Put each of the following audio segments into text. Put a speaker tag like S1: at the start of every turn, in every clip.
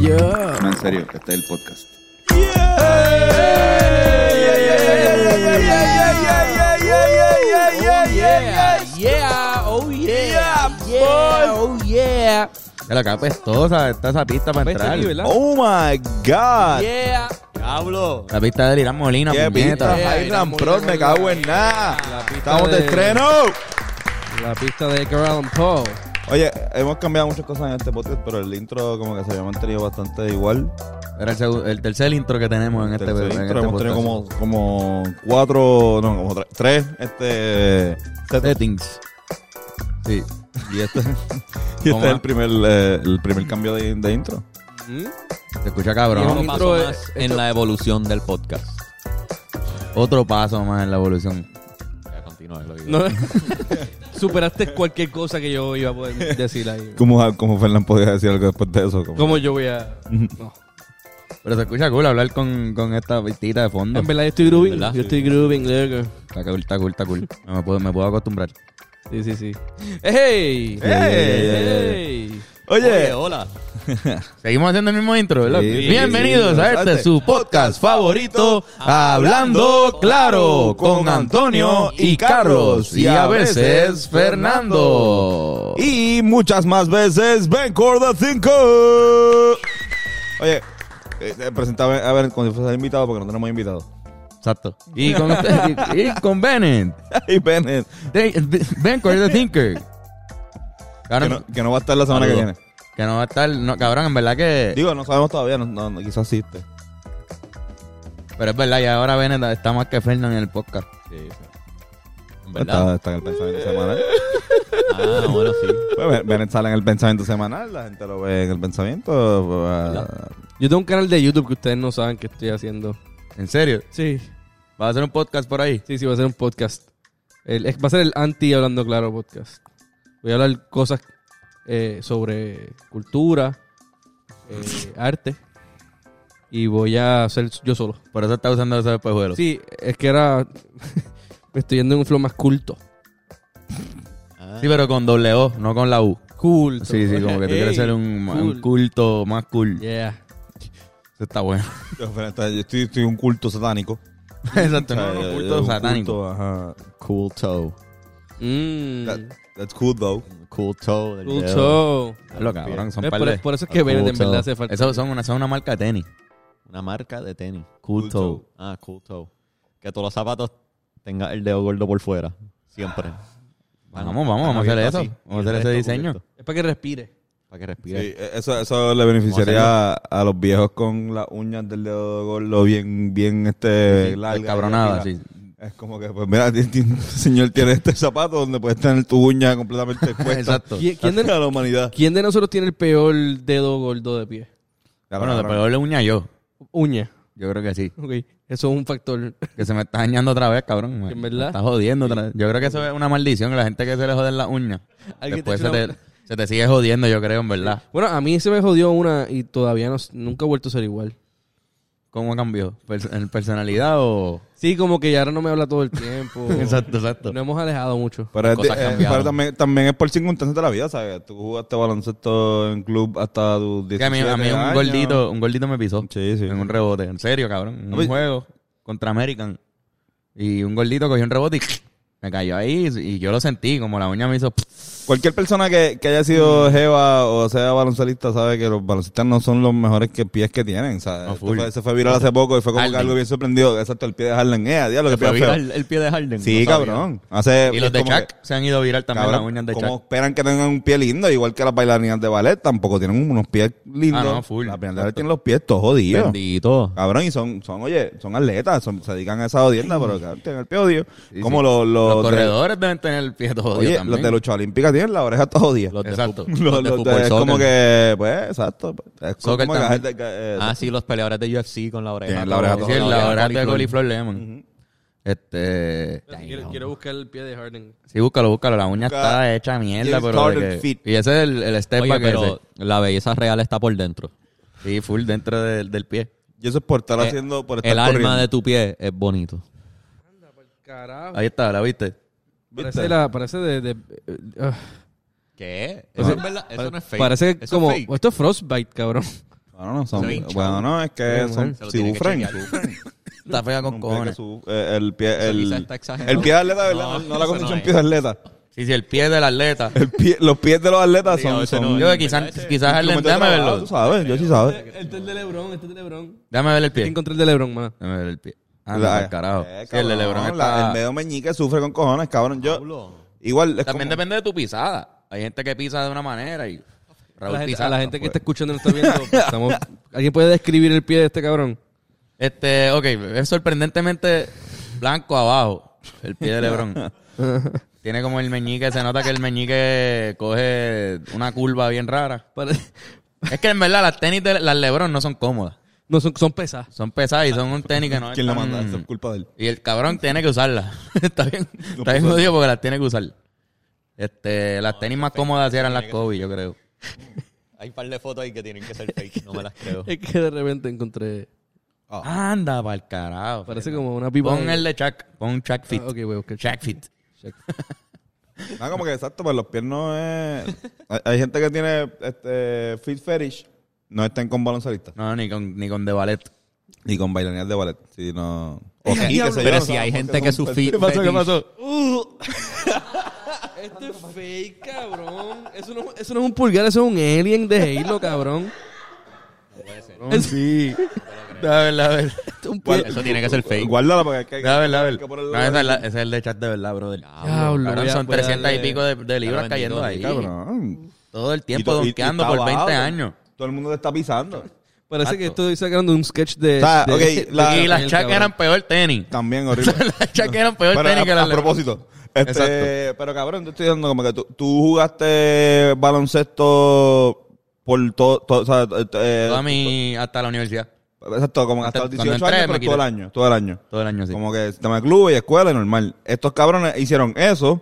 S1: no, en serio, este es el podcast.
S2: Yeah, oh yeah, yeah, oh yeah,
S3: Pero acá apestosa está esa pista para
S2: Apesta
S3: entrar.
S2: aquí, ¿verdad?
S4: Oh my God.
S2: yeah.
S4: Diablo.
S3: La pista de Irán Molina,
S4: Qué
S3: puñeta.
S4: pista,
S2: Eh,
S4: Highland
S2: mira,
S4: Pro,
S2: mira,
S4: me cago en nada.
S2: La pista
S4: Estamos de
S2: de-
S4: estreno.
S2: La pista de Edgar Allan Poe.
S4: Oye, hemos cambiado muchas cosas en este podcast, pero el intro como que se había mantenido bastante igual.
S3: Era el, segu- el tercer intro que tenemos en este,
S4: Tercer intro,
S3: en este
S4: hemos
S3: podcast.
S4: tenido como, como cuatro, no, como tre- tres, este,
S3: Eh,
S4: set-
S3: settings. Sí. Y este
S4: y este
S3: ¿cómo
S4: es
S3: va?
S4: el primer, eh, el primer cambio de, de intro.
S3: se escucha
S2: Y
S3: cabrón.
S2: un intro
S5: paso
S2: es-
S5: más
S2: esto-
S5: en la evolución del podcast.
S3: Otro paso más en la evolución.
S5: Ya, continúa, es lo que
S2: No, superaste cualquier cosa que yo iba a poder decir ahí.
S4: ¿Cómo, cómo Fernán podía decir algo después de eso? Como-
S2: ¿Cómo yo voy a...? No.
S3: Pero se escucha cool hablar con, con esta pistita de fondo.
S2: En verdad yo estoy grooving,
S5: ¿Verdad?
S2: yo estoy grooving, loco.
S3: Está cool, está cool, está cool. Me puedo, me puedo acostumbrar.
S2: Sí, sí, sí. ¡Hey!
S4: ¡Ey!
S2: ¡Hey!
S4: Oye,
S5: Oye, hola.
S3: Seguimos haciendo el mismo intro, ¿verdad?
S4: Sí,
S3: Bienvenidos
S4: sí,
S3: a este
S4: bastante.
S3: su podcast favorito, Hablando Claro, con Antonio y Carlos y a veces Fernando.
S4: Y muchas más veces, Ben Corda 5. Oye, eh, eh, presentaba, a ver, cuando fuese invitado, porque no tenemos invitado.
S3: Exacto. Y con, usted- y, y con Bennett.
S4: y Ben, eh,
S3: De- de- Ben Correa the Thinker.
S4: que
S3: Cabrón,
S4: no, que no va a estar la semana que
S3: Ah, saludo.
S4: viene.
S3: que no va a estar. No, cabrón, en verdad que.
S4: Digo, no sabemos todavía, no, no, no, quizás asiste.
S3: Pero es verdad, y ahora Bennett está más que Fernando en el podcast.
S5: Sí, sí. En
S4: Está,
S5: verdad.
S4: está en el pensamiento semanal.
S5: Ah, bueno, sí.
S4: Pues Ben- Bennett sale en el pensamiento semanal, la gente lo ve en el pensamiento. pues, ah,
S5: ¿Verdad?
S2: Yo tengo un canal de YouTube que ustedes no saben que estoy haciendo.
S3: ¿En serio?
S2: Sí.
S3: ¿Vas a hacer un podcast por ahí?
S2: Sí, sí, va a ser un podcast. El- es- va a ser el anti Hablando Claro podcast. Voy a hablar cosas eh, sobre cultura, eh, arte. Y voy a hacer yo solo.
S3: Por eso está usando ese espejuelo.
S2: Sí, es que era. me estoy yendo en un flow más culto.
S5: Ah,
S3: Sí, pero con doble O, no con la U.
S2: Culto.
S3: Sí, sí, como que tú quieres
S2: Ey,
S3: ser un, un
S2: cool.
S3: culto más cool.
S2: Yeah.
S3: Eso está bueno.
S4: yo, pero está- yo estoy, estoy un culto satánico.
S3: Exacto,
S4: O sea,
S3: no, no,
S4: yo- yo-
S3: culto
S4: un
S3: satánico.
S4: culto, ajá. Cool toe.
S2: Mm,
S4: That- that's cool though.
S5: Cool toe. del
S2: cool
S5: dedo.
S2: show.
S3: Lo cabrón, son
S2: ¿Ves?
S3: par
S2: Eh, Por,
S3: de...
S2: por eso es que Bennett en
S5: Culto.
S2: verdad hace falta.
S3: Eso son una, son una marca de tenis.
S5: Una marca de tenis.
S4: Cool
S5: Cool
S4: toe.
S5: toe. Ah, cool toe. Que todos los zapatos tengan el dedo gordo por fuera. Siempre.
S3: Vamos, vamos, vamos a hacer eso. Vamos a hacer ese diseño.
S2: Es para que respire.
S5: Para que respire.
S4: Sí, e-, eso, eso le beneficiaría a, a los viejos con las uñas del dedo gordo bien, bien este, largas. Mira,
S3: Cabronada, sí.
S4: Es como que, pues mira, ti- ti- señor, tiene este zapato donde puedes tener tu uña completamente expuesta.
S3: Exacto.
S2: ¿Qui- ¿Quién de,
S4: A la humanidad.
S2: ¿Quién de nosotros tiene el peor dedo gordo de pie?
S3: Bueno, de peor le uña yo.
S2: Uña.
S3: Yo creo que sí.
S2: Ok, eso es un factor.
S3: Que se me está dañando otra vez, cabrón. Me,
S2: ¿En verdad?
S3: me está jodiendo otra vez. Yo creo que eso es una maldición. La gente que se le joden las uñas.
S2: Alguien
S3: Después
S2: te
S3: se
S2: echa
S3: te,
S2: una-
S3: se te sigue jodiendo, yo creo, en verdad.
S2: Bueno, a mí se me jodió una y todavía no, nunca he vuelto a ser igual.
S3: ¿Cómo cambió? Pers- ¿En personalidad o...?
S2: Sí, como que ya ahora no me habla todo el tiempo.
S3: Exacto, exacto.
S2: Nos hemos alejado mucho.
S4: Pero, es de-
S3: cosas
S4: eh,
S3: cambiaron.
S4: pero también, también es por circunstancias de la vida, ¿sabes? Tú jugaste baloncesto en club hasta tus
S3: Que
S4: 17
S3: a mí, a mí un
S4: años.
S3: gordito, un gordito me pisó.
S4: Sí, sí.
S3: En un rebote. En serio, cabrón. En
S4: Ah, pues-
S3: un juego contra American. Y un gordito cogió un rebote y me cayó ahí. Y yo lo sentí, como la uña me hizo...
S4: Cualquier persona que, que haya
S3: Mm.
S4: sido jeva o sea baloncelista sabe que los baloncelistas no son los mejores que pies que tienen. O sea,
S3: No,
S4: esto
S3: Ah, full.
S4: fue- se fue viral hace poco y fue como que
S3: Harden.
S4: algo bien sorprendido. Exacto, el pie de Harlan. Eh, diablo, que
S5: Pero
S4: pie
S5: vi
S4: feo.
S5: el, el pie de Harden.
S4: Sí,
S5: no sabía.
S4: cabrón. Hace,
S3: Y los
S4: es
S3: de
S4: como
S3: Chuck
S4: que,
S3: se han ido viral también,
S4: cabrón,
S3: las uñas de Chuck.
S4: ¿cómo esperan que tengan un pie lindo? Igual que las bailarinas de ballet tampoco tienen unos pies lindos.
S3: Ah, no, full.
S4: Las bailarinas tienen los pies todos jodidos.
S5: Bendito.
S4: Cabrón, y son, son, oye, son atletas, son- se dedican a esa jodienda, pero cabrón, tienen el pie jodido. como los, los,
S3: Los
S4: de-
S3: corredores deben tener el pie todo jodido
S4: Oye,
S3: también.
S4: los de lucha olímpica tienen la oreja todos jodida.
S5: Los de
S3: Exacto.
S5: fu-
S4: Los-
S5: de
S4: los
S5: fútbol,
S4: de- es
S5: soccer.
S4: como que, pues, exacto. Es como
S3: Soccer
S4: que la
S3: también.
S4: gente que, eh,
S5: Ah, sí, los peleadores de UFC con la oreja.
S4: Tienen la oreja
S3: Sí,
S4: toda-
S3: sí,
S4: Los
S3: la oreja de
S5: coliflor.
S3: coliflor lemon. Este...
S2: Quiero, quiero buscar el pie de Harden.
S3: Sí, búscalo, búscalo. La uña
S4: Busca
S3: está hecha mierda,
S4: James
S3: pero... de
S4: Harden
S3: que-
S4: feet.
S3: Y ese es el, el step
S5: Oye,
S3: back
S5: pero
S3: ese.
S5: la belleza real está por dentro.
S3: Sí, full dentro del- del pie.
S4: Y eso es por estar
S5: Eh,
S4: haciendo, por estar
S5: El alma
S4: corriendo.
S5: de tu pie es bonito.
S2: Carajo.
S3: Ahí está, ¿la viste?
S2: Parece, la, parece de... de- eh, ah.
S5: ¿Qué?
S2: O sea,
S5: verdad-
S2: Parece
S5: Eso es
S2: como...
S5: fake.
S2: Esto es Frostbite, cabrón.
S4: Bueno, no, son-
S1: Se hincha.
S4: bueno, no, es que
S2: Sí,
S4: son,
S1: Se lo
S4: si
S1: tiene que
S4: sufren.
S1: chequear.
S4: sufren.
S3: Está fea con
S4: Un pie que
S3: cojones.
S4: su- eh, el pie,
S1: Eso
S4: el,
S1: quizás está exagerado.
S4: el pie de atleta, ¿verdad?
S1: No,
S4: No, la
S1: eso
S4: condición
S1: no es.
S4: pie de atleta.
S3: Sí, sí, el pie del atleta.
S4: El pie- los pies de los atletas
S1: Digo,
S4: son.
S1: ese
S4: son
S1: no es.
S3: Yo que quizás, quizás el,
S4: instrumentos de
S3: déjame
S4: trabajo, Tú
S3: verlo.
S4: sabes, yo sí sabes.
S2: Este es el de Lebron, este es de Lebron.
S3: Déjame ver el
S2: ¿Qué
S3: pie.
S2: encontré el de Lebron, mano?
S3: Déjame ver el pie. Ah,
S4: La-
S3: no, pa'l carajo.
S4: Eh,
S3: Sí, el de
S4: cabrón,
S3: LeBron
S4: la-
S3: está-
S4: El dedo meñique sufre con cojones, cabrón. Yo, igual. es
S3: También
S4: como-
S3: depende de tu pisada. Hay gente que pisa de una manera y
S2: A
S3: Raúl
S2: la gente,
S3: pisa.
S2: a la
S5: pues.
S2: gente que está escuchando y no está viendo, pues, estamos- ¿alguien puede describir el pie de este cabrón?
S3: Este, ok, es sorprendentemente blanco abajo. El pie de Lebron. Tiene como el meñique, se nota que el meñique coge una curva bien rara.
S2: Pare-
S3: Es que en verdad las tenis de las Lebron no son cómodas.
S2: No, son, son pesas.
S3: Son pesadas y son un tenis que no es
S4: ¿Quién la
S3: tan-
S4: manda? Eso es culpa de él.
S3: Y el cabrón tiene que usarla. está bien,
S4: No
S3: está bien
S4: puedo.
S3: jodido porque las tiene que usar. Este, las tenis más cómodas eran las Kobe, yo creo.
S5: Hay un par de fotos ahí que tienen que ser fake, no me las creo.
S2: Es que de repente encontré.
S3: Anda pa'l carajo.
S2: Parece
S3: Fernando.
S2: como una pipa.
S3: Pon
S2: de-
S3: el de Chuck. Pon Chuck Fit.
S2: Ah, ok, voy a buscar.
S3: Chuck Fit.
S2: Check.
S4: No, como que exacto, pero los pies no es. Hay, hay gente que tiene este fit fetish, no estén con baloncelistas.
S3: No, ni con, ni con de ballet.
S4: Ni con bailarinas de ballet. Si no. O
S1: Pero
S4: sí, que se
S1: pero
S4: yo,
S1: si
S4: no
S1: hay
S4: sabemos
S1: gente
S4: porque
S1: que
S4: son
S1: su
S4: fetish.
S1: fit ¿Qué pasó? ¿Qué fetish- pasó?
S2: Esto es fake, cabrón. Eso no, eso no es un pulgar, eso es un alien de Halo, cabrón. No puede ser.
S3: A ver, a ver.
S1: Eso tiene que ser fake.
S4: Guárdala porque hay que.
S3: A ver, a ver.
S4: que ponerlo
S3: No, ese, es la- ese es el de Chuck de verdad, brother.
S2: Diablo,
S3: Cabrón,
S2: voy a-
S3: son
S2: voy a
S3: 300 y
S2: darle-
S3: pico de, de libras
S1: Cabrón,
S3: cayendo ahí.
S1: bendito,
S4: Cabrón.
S3: Todo el
S4: Y
S3: tiempo
S4: to- y- y
S3: donkeando
S4: está
S3: por 20
S4: abajo,
S3: años.
S4: Todo el mundo te está pisando.
S2: Parece que estoy sacando un sketch de.
S4: O sea,
S2: de- este,
S4: ok,
S2: de-
S4: la-
S3: y las
S2: el
S3: Chuck
S2: cabrón.
S3: eran peor tenis.
S4: También horrible.
S3: las Chuck eran peor
S4: Bueno,
S3: tenis que
S4: a,
S3: las
S4: a
S3: Lebron.
S4: propósito. Este,
S3: Exacto.
S4: Pero cabrón, te estoy diciendo como que tú, tú jugaste baloncesto por todo. todo o sea, eh,
S3: Toda mi, hasta la universidad.
S4: exacto, como hasta los
S3: Cuando
S4: 18
S3: entré,
S4: años,
S3: me
S4: pero todo el
S3: quité.
S4: año. Todo el año.
S3: Todo el año así.
S4: Como que sistema de club y escuela y normal. Estos cabrones hicieron eso,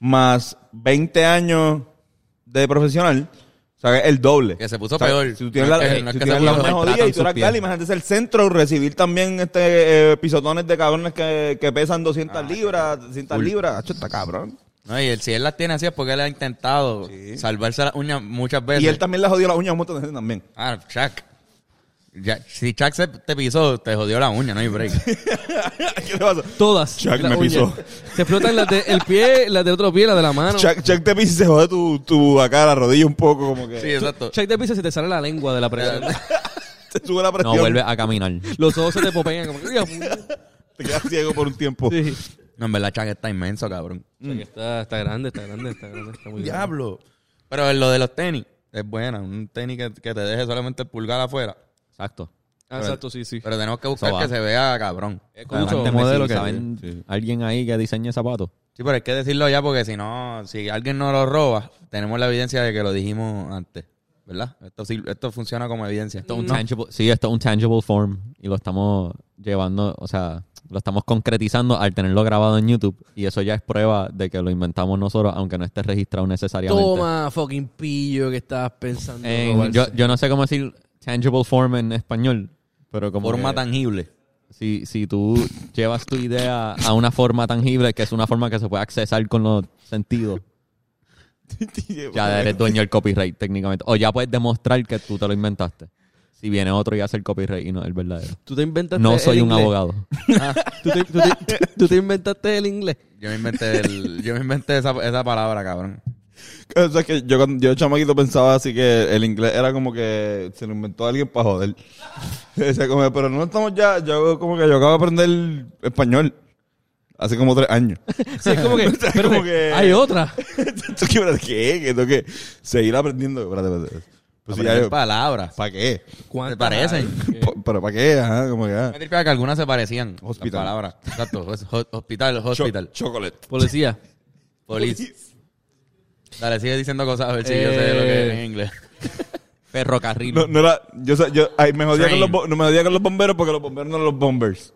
S4: más 20 años de profesional. O sea, que el doble.
S3: Que se puso
S4: O sea,
S3: peor.
S4: Si tú tienes
S3: No
S4: la,
S3: es que-
S4: si
S3: no es
S4: tú
S3: que se
S4: tienes la
S3: puso
S4: más
S3: mal,
S4: jodida
S3: tratan
S4: y tú eras
S3: sus pies.
S4: gal, imagínate el centro, recibir también este eh, pisotones de cabrones que, que pesan 200
S3: Ah,
S4: libras, 300 libras. Hacho, está cabrón.
S3: No, y él, si él las tiene así es porque él ha intentado salvarse las uñas muchas veces.
S4: Y él también le jodió las uñas a un montón de gente también.
S3: Ah, Chuck. Ya, si Chuck se te pisó, te jodió la uña, no hay break.
S4: ¿Qué le pasa?
S2: Todas.
S4: Chuck
S2: las
S4: me pisó.
S2: uñas. Se flotan las de el pie, las de otro pie, las de la mano.
S4: Chuck, Chuck te pisa y se jode tu, tu acá la rodilla un poco, como que
S3: Sí, exacto.
S2: Chuck te pisa si te sale la lengua de la presión.
S4: te sube la presión.
S5: No vuelve a caminar.
S2: Los ojos se te popean. Como... que,
S4: Te quedas ciego por un tiempo.
S2: Sí.
S3: No, en verdad, Chuck está inmenso, cabrón.
S2: O sea, que está, está grande, está grande, está grande. Está muy grande.
S3: Diablo. Pero lo de los tenis es buena. Un tenis que, que te deje solamente el pulgar afuera.
S5: Exacto.
S2: Ah, exacto, sí, sí.
S3: Pero tenemos que buscar
S5: Eso va.
S3: que se vea cabrón.
S2: Con mucho
S5: Adelante,
S2: modelo
S5: Messi,
S2: que-
S5: ¿saben alguien ahí que diseñe zapatos?
S3: Sí, pero hay que decirlo ya porque si no, si alguien no lo roba, tenemos la evidencia de que lo dijimos antes. ¿Verdad? Esto, sí- esto funciona como evidencia.
S5: Esto es un tangible, sí, esto es un tangible form y lo estamos llevando, o sea, lo estamos concretizando al tenerlo grabado en YouTube y eso ya es prueba de que lo inventamos nosotros, aunque no esté registrado necesariamente.
S2: Toma, fucking pillo que estabas pensando.
S5: En-
S2: robarse.
S5: yo, yo no sé cómo decir tangible form en español, pero como
S3: Forma
S5: que
S3: tangible.
S5: si, si tú llevas tu idea a una forma tangible, que es una forma que se puede accesar con los sentidos, ya eres dueño del copyright técnicamente. O ya puedes demostrar que tú te lo inventaste. Si viene otro y hace el copyright y no es el verdadero.
S2: Tú te inventaste
S5: No
S2: el
S5: soy un
S2: inglés.
S5: abogado.
S2: ¿Tú te, tú te- tú te inventaste el inglés.
S3: Yo me inventé, el- yo me inventé esa, esa palabra, cabrón.
S4: O sea, que yo cuando yo chamaquito pensaba así que el inglés era como que se lo inventó alguien para joder. o sea, como, que, pero no estamos ya, yo como que yo acabo de aprender español hace como tres años.
S2: Sí, es como que,
S4: como
S2: espérate,
S4: que-
S2: hay otra.
S4: ¿Tú qué, espérate, qué? Que tengo que seguir aprendiendo. Espérate, espérate. Pues si ya
S3: Aprender
S4: yo-
S3: palabras.
S4: ¿Para qué?
S3: ¿Te
S2: ¿Cuántas
S3: parecen?
S4: Po- ¿Pero para qué? Ajá, como que ah.
S3: Me tripeaba que algunas se parecían.
S4: Hospital.
S3: Las palabras. Exacto. hos- hos- Hospital,
S4: Cho-
S3: hospital.
S4: chocolate.
S2: Policía.
S3: Police. Dale, sigue diciendo cosas a ver si yo sé lo que es en inglés. Ferrocarril.
S4: No, no era, yo, sa- yo, ay, me jodía con
S3: Train.
S4: los, bo- no me jodía con los bomberos porque los bomberos no eran los bombers.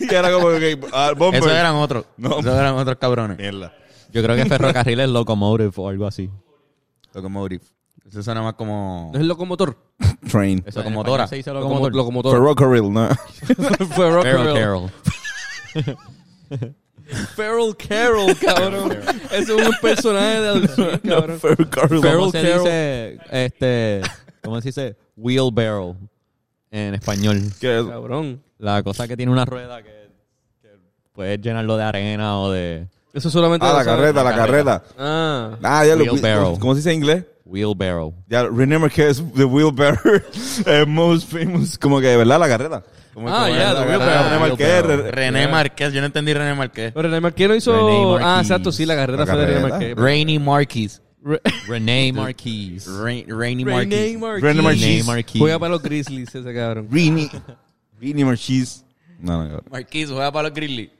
S4: y era como que, ah, bombers.
S3: Esos eran otros.
S4: No. Eh.
S3: Esos eran otros cabrones.
S4: Mierda.
S5: Yo creo que ferrocarril es locomotive o algo así.
S3: Locomotive. Eso suena más como.
S2: ¿No es el locomotor?
S4: Train.
S5: Eso
S3: Locomotora.
S5: en español Se dice
S2: Locomo-
S5: locomotor.
S2: Locomotor.
S4: Ferrocarril, ¿no?
S2: Ferro
S5: Ferro
S2: Carroll.
S5: Carroll.
S2: Ferrell Carroll, cabrón. Eso es un personaje de adulto, cabrón.
S4: Ferrocarril.
S2: Ferrell
S5: ¿Cómo se
S2: Carroll.
S5: dice? Este, ¿Cómo se dice? wheelbarrow en español.
S4: Que es-
S2: Cabrón.
S5: La cosa que tiene una rueda que, que puedes llenarlo de arena o de
S2: Eso solamente.
S4: ah,
S2: lo
S4: la
S2: sabe-
S4: carreta, la carreta.
S2: Ah.
S4: Ah, ya lo
S5: Wheelbarrow.
S4: ¿Cómo se dice en inglés?
S5: wheelbarrow.
S4: Ya, remember que es the wheelbarrow eh, most famous. Como que, ¿verdad? La carreta. Como,
S2: Ah, ya,
S4: como la
S2: the
S4: carreta de
S2: wheelbarrow.
S4: René Marqués, Re-
S3: René Márquez, yo no entendí René Márquez.
S2: Pero René Marqués no
S5: René
S2: hizo.
S5: Marquis.
S2: Ah, exacto, sí, la carrera
S4: La
S2: fue de René
S4: carrera.
S2: Marqués.
S3: Rainy Marquis.
S2: Re-
S5: René Marquis.
S3: Rain-
S2: René
S3: Rainy Marquis.
S2: Marqués.
S4: René
S5: René
S4: Marquis.
S5: Marquis.
S2: Juega para los Grizzlies ese cabrón.
S4: Rini. Rini Marchis. No, no,
S3: Marquis juega para los Grizzlies.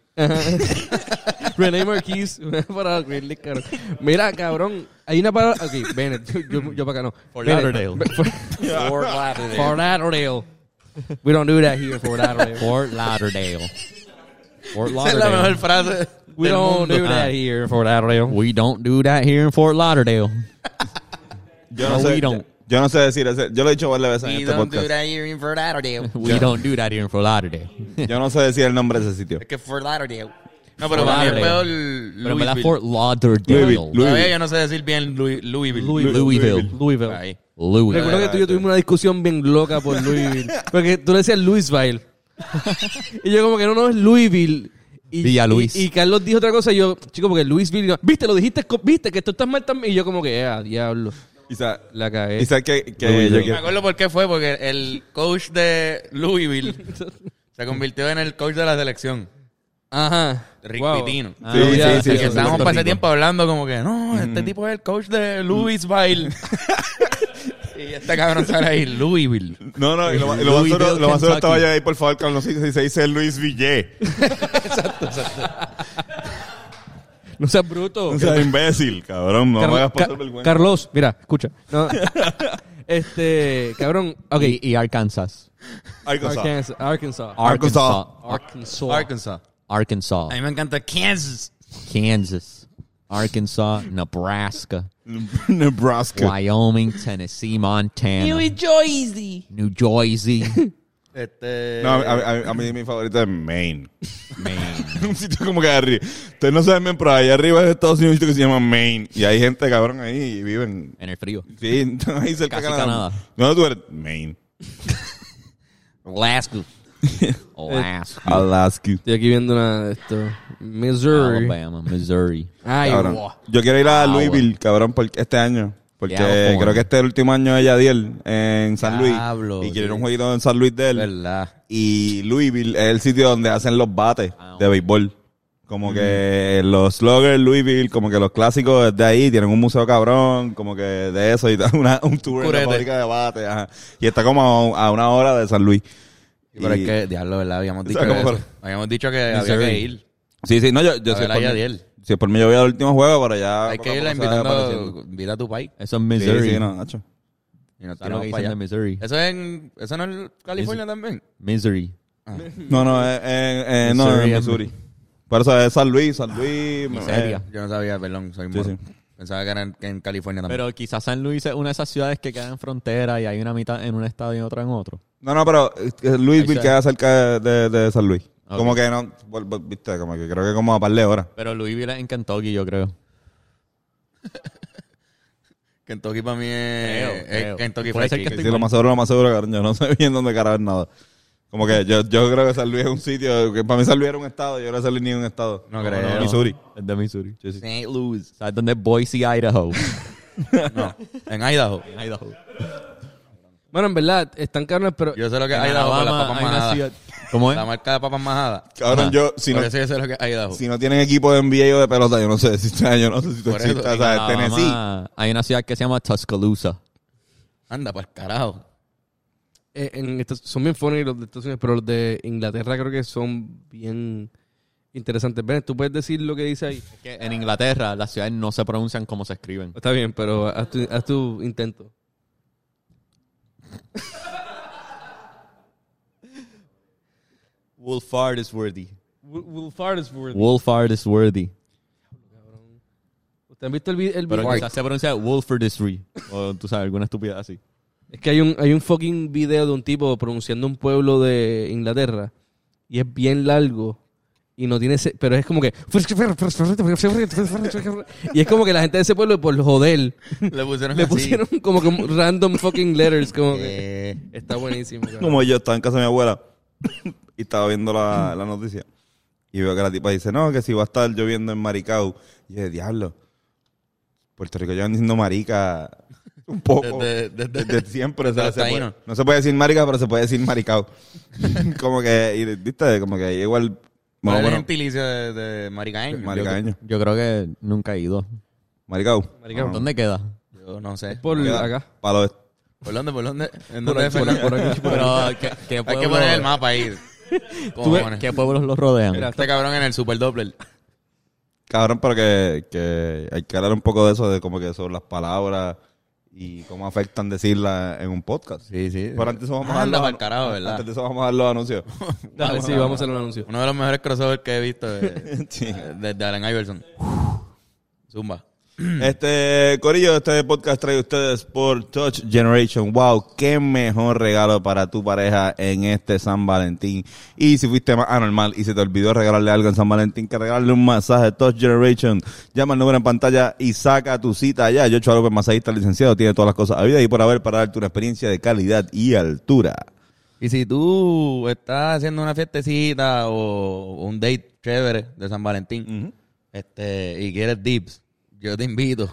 S2: René Marquis para los Grizzlies, cabrón. Mira, cabrón, hay una palabra. Ok, ven, yo, yo, yo para acá no.
S5: For
S2: Bennett,
S5: Lauderdale.
S2: be- For,
S3: Fort Lauderdale.
S2: for Lauderdale. We don't do that here for Lauderdale.
S5: Fort Lauderdale. Fort
S3: Esa es la mejor
S5: Lauderdale. Ah.
S3: frase.
S2: We
S3: del
S2: don't
S3: mundo.
S2: do that here for Lauderdale.
S5: We don't do that here in Fort Lauderdale.
S4: Yo no,
S5: No,
S4: sé,
S5: we don't.
S4: yo no sé decir ese. Yo lo he dicho varias veces en
S3: We
S4: este
S3: don't do
S4: podcast.
S3: that here in Fort Lauderdale.
S5: We don't do that here in Fort Lauderdale.
S4: Yo no sé decir el nombre de ese sitio.
S3: Es que Fort Lauderdale. No, pero
S5: Fort
S3: para mí es
S5: Lauderdale.
S3: peor
S5: Pero en verdad
S3: Louisville.
S5: Fort Lauderdale.
S4: Louisville, Louisville.
S3: Todavía yo no sé decir bien Louis- Louisville.
S5: Louisville. Louisville.
S2: Louisville.
S3: Ahí.
S2: Recuerdo que tú y yo tuvimos una discusión bien loca por Louisville. Porque tú le decías Louisville. Y yo como que no, no, es Louisville. Y,
S5: Villa Luis.
S2: Y, y Carlos dijo otra cosa y yo, chico, porque Louisville... no- Viste, lo dijiste, co- viste que tú estás mal también. Y yo como que, ah, diablo,
S4: Quizá,
S2: la cagué.
S4: quizá que, que
S5: ¿Eh? Louisville.
S4: yo
S3: Me
S4: quiero.
S3: acuerdo por qué fue, porque el coach de Louisville se convirtió en el coach de la selección.
S2: Ajá.
S3: Rick
S2: Wow.
S3: Pitino.
S4: Sí,
S2: Ah,
S4: sí,
S2: ya,
S4: sí,
S2: sí,
S4: sí,
S2: que
S4: sí,
S3: Estábamos
S4: sí.
S3: para ese tiempo hablando como que, no, este tipo es el coach de Louisville. y este cabrón sale ahí, Louisville.
S4: No, no, y lo, y lo más
S5: Louisville,
S4: seguro lo más seguro
S5: Kentucky.
S4: estaba yo ahí, por favor, Carlos, no sé si se dice Luis Villé.
S2: No seas bruto.
S4: O sea, imbécil, cabrón. No me
S2: Carlos-
S4: hagas pasar
S2: Ca-
S4: vergüenza.
S2: Carlos, mira, escucha. No. este, cabrón, ok.
S5: Y, y E, Arkansas.
S4: Arkansas.
S2: Arkansas. Arkansas.
S4: Arkansas.
S2: Arkansas.
S3: Arkansas.
S5: Arkansas.
S3: A mí me encanta Kansas.
S5: Kansas. Arkansas. Nebraska.
S4: Nebraska.
S5: Wyoming. Tennessee. Montana. New Jersey. New Jersey.
S3: Este...
S4: No, a, a- a- a mí mi favorito es Maine.
S5: Maine.
S4: un sitio como que arriba. Ustedes no saben bien, pero allá arriba de Estados Unidos hay un sitio que se llama Maine. Y hay gente, cabrón, ahí y viven.
S5: En el frío.
S4: Sí, están ahí cerca de
S5: Casi
S4: Canadá.
S5: Canadá.
S4: ¿Dónde tú eres? Maine.
S5: Alaska. Alaska.
S4: Alaska.
S2: Estoy aquí viendo una de esto. Missouri.
S5: Alabama. Missouri.
S2: Ay,
S4: Cabrón.
S2: wow.
S4: Yo quiero ir a
S5: Ah,
S4: Louisville, cabrón, porque este año. Porque
S5: California.
S4: creo que este es el último año de Yadiel en San Luis.
S3: Diablo,
S4: y quiero ir a un
S3: sí.
S4: jueguito en San Luis de él.
S3: verdad.
S4: Y Louisville es el sitio donde hacen los bates
S5: Ah,
S4: de béisbol. Como que
S3: Mm.
S4: los sloggers Louisville, como que los clásicos de ahí tienen un museo cabrón, como que de eso y tal, una- un tour en la
S3: Curete.
S4: fábrica de bates. ajá. Y está como a, a una hora de San Luis.
S3: Pero
S4: Y-
S3: es que, diablo, ¿verdad? Habíamos dicho,
S4: sea, como
S3: eso.
S4: para-
S3: Habíamos dicho que había
S5: Missouri.
S3: que ir.
S4: Sí, sí, no, yo, yo
S3: A
S4: si, es
S3: ver,
S4: por
S3: ahí,
S4: mí-
S3: Adiel.
S4: si es por mí yo voy al último juego, pero ya.
S3: Hay
S4: poco
S3: que
S4: a
S3: ir
S4: poco se va desapareciendo.
S3: invitando, invita a tu país.
S5: Eso es
S4: Sí,
S5: Missouri.
S4: sí, no, Nacho.
S3: Y nos tiramos
S5: ¿Sabes lo que
S3: para
S5: dicen
S3: allá.
S5: de Missouri?
S3: Eso es en, eso no es California también.
S5: Missouri.
S4: No, no, eh, eh, eh, no,
S5: Missouri,
S4: en Missouri. Por eso es San Luis, San Luis.
S5: Miseria.
S4: eh,
S3: Yo Ah, no sabía, perdón, soy
S4: Sí,
S3: moro.
S4: sí.
S3: Pensaba que era en, que en California también.
S5: Pero quizás San Luis es una de esas ciudades que quedan en frontera y hay una mitad en un estado y otra en otro.
S4: No, no, pero eh, eh, Louisville
S5: Ahí
S4: queda cerca de, de- de San Luis.
S5: Ok.
S4: Como que no, vol- vol- viste, como que creo que como a par de horas.
S5: Pero Louisville es en Kentucky, yo creo.
S3: Kentucky para mí es,
S5: Creo,
S3: es
S5: creo.
S3: Kentucky
S5: Puede
S3: Fried
S5: ser que
S4: Sí,
S3: Chicken.
S5: estoy
S4: sí, lo
S5: mal.
S4: más seguro, lo más seguro, cabrón. Yo no sé bien dónde carajo es nada. Como que yo, yo creo que San Luis es un sitio, que para mí San Luis era un estado, yo creo que San Luis ni es un estado.
S3: No
S4: Como
S3: creo.
S4: que Missouri.
S5: Es de Missouri. Sí, sí.
S3: St. Louis.
S5: ¿Sabes dónde es Boise, Idaho?
S3: No, en Idaho.
S5: Idaho.
S2: Bueno, en verdad, están caros, pero.
S3: Yo sé lo que
S5: En
S3: es Idaho por las
S5: Alabama
S3: papas
S5: hay una
S3: majadas.
S5: ciudad- ¿Cómo es?
S3: La marca de papas majadas.
S4: Cabrón,
S5: Ajá.
S4: yo, si no,
S3: Por eso yo sé lo que es
S5: Pues
S3: Idaho.
S4: si no tienen equipo de NBA o de pelota, yo no sé si está, yo no sé si tú
S3: Por eso,
S4: existas,
S3: en
S4: o sea,
S5: Alabama,
S4: Tennessee.
S5: Hay una ciudad que se llama Tuscaloosa.
S3: Anda, pues carajo.
S2: eh, en estos- son bien funny los de Estados Unidos, pero los de Inglaterra creo que son bien interesantes. Ven, tú puedes decir lo que dice ahí.
S5: Que En Inglaterra las ciudades no se pronuncian como se escriben.
S2: Está bien, pero haz tu, haz tu intento.
S5: Wolfard is worthy.
S2: Wolfarsworth.
S5: Wolfard is worthy.
S2: ¿Ustedes han visto el, vi- el
S5: Pero
S2: video?
S5: quizás se pronuncia Wolford is free. O tú sabes, alguna estupidez así.
S2: Es que hay un, hay un fucking video de un tipo pronunciando un pueblo de Inglaterra y es bien largo y no tiene ese, pero es como que y es como que la gente de ese pueblo por joder
S3: Le pusieron
S2: le
S3: así.
S2: pusieron como que un random fucking letters como que
S3: Ah, Eh,
S2: está buenísimo cabrón.
S4: Como yo estaba en casa de mi abuela y estaba viendo la, la noticia. Y veo que la tipa dice, no, que si va a estar lloviendo en Maricao. Y yo, diablo, Puerto Rico llevan diciendo marica un poco.
S3: Eh, Desde-
S4: Desde,
S3: desde-
S4: siempre. o sea,
S3: desde
S4: se puede-
S3: taíno.
S4: no se puede decir marica, pero se puede decir Maricao. como que, y, viste, como que igual...
S3: ¿Cuál
S4: Bueno,
S3: es el
S4: bueno,
S3: gentilicio de, de maricaño?
S4: maricaño.
S5: Yo creo que nunca he ido.
S4: Maricao.
S2: Maricao.
S4: No, no.
S5: ¿Dónde queda?
S3: Yo, yo no sé.
S2: por
S4: Queda
S2: acá
S4: Para lo este.
S3: ¿Por dónde? ¿Por dónde? ¿En
S2: por
S3: dónde
S2: aquí, por aquí, por aquí, por aquí.
S5: Pero, ¿qué, qué
S3: Hay que
S5: pueblo-
S3: poner el mapa ahí. Cojones.
S5: ¿Qué pueblos los rodean?
S2: Mira.
S3: Este cabrón en el Super Doppler.
S4: Cabrón, pero que, que hay que hablar un poco de eso, de como que sobre las palabras y cómo afectan decirlas en un podcast.
S3: Sí, sí. Ah,
S4: Pero antes vamos a
S3: Anda
S4: dar
S3: pa'l carajo, ¿verdad?
S4: Antes de eso vamos a dar los anuncios.
S2: dale sí vamos a hacer un anuncio
S3: Uno de los mejores crossovers que he visto eh,
S4: Sí.
S3: eh, desde Allen Iverson. Zumba.
S4: este, Corillo, este podcast trae ustedes por Touch Generation. Wow, qué mejor regalo para tu pareja en este San Valentín. Y si fuiste más anormal y se te olvidó regalarle algo en San Valentín, que regalarle un masaje Touch Generation. Llama al número en pantalla y saca tu cita allá. Yo, Chua López, masajista licenciado, tiene todas las cosas a vida y por haber para darte una experiencia de calidad y altura.
S3: Y si tú estás haciendo una fiestecita o un date chévere de San Valentín este, y quieres dips, yo te invito.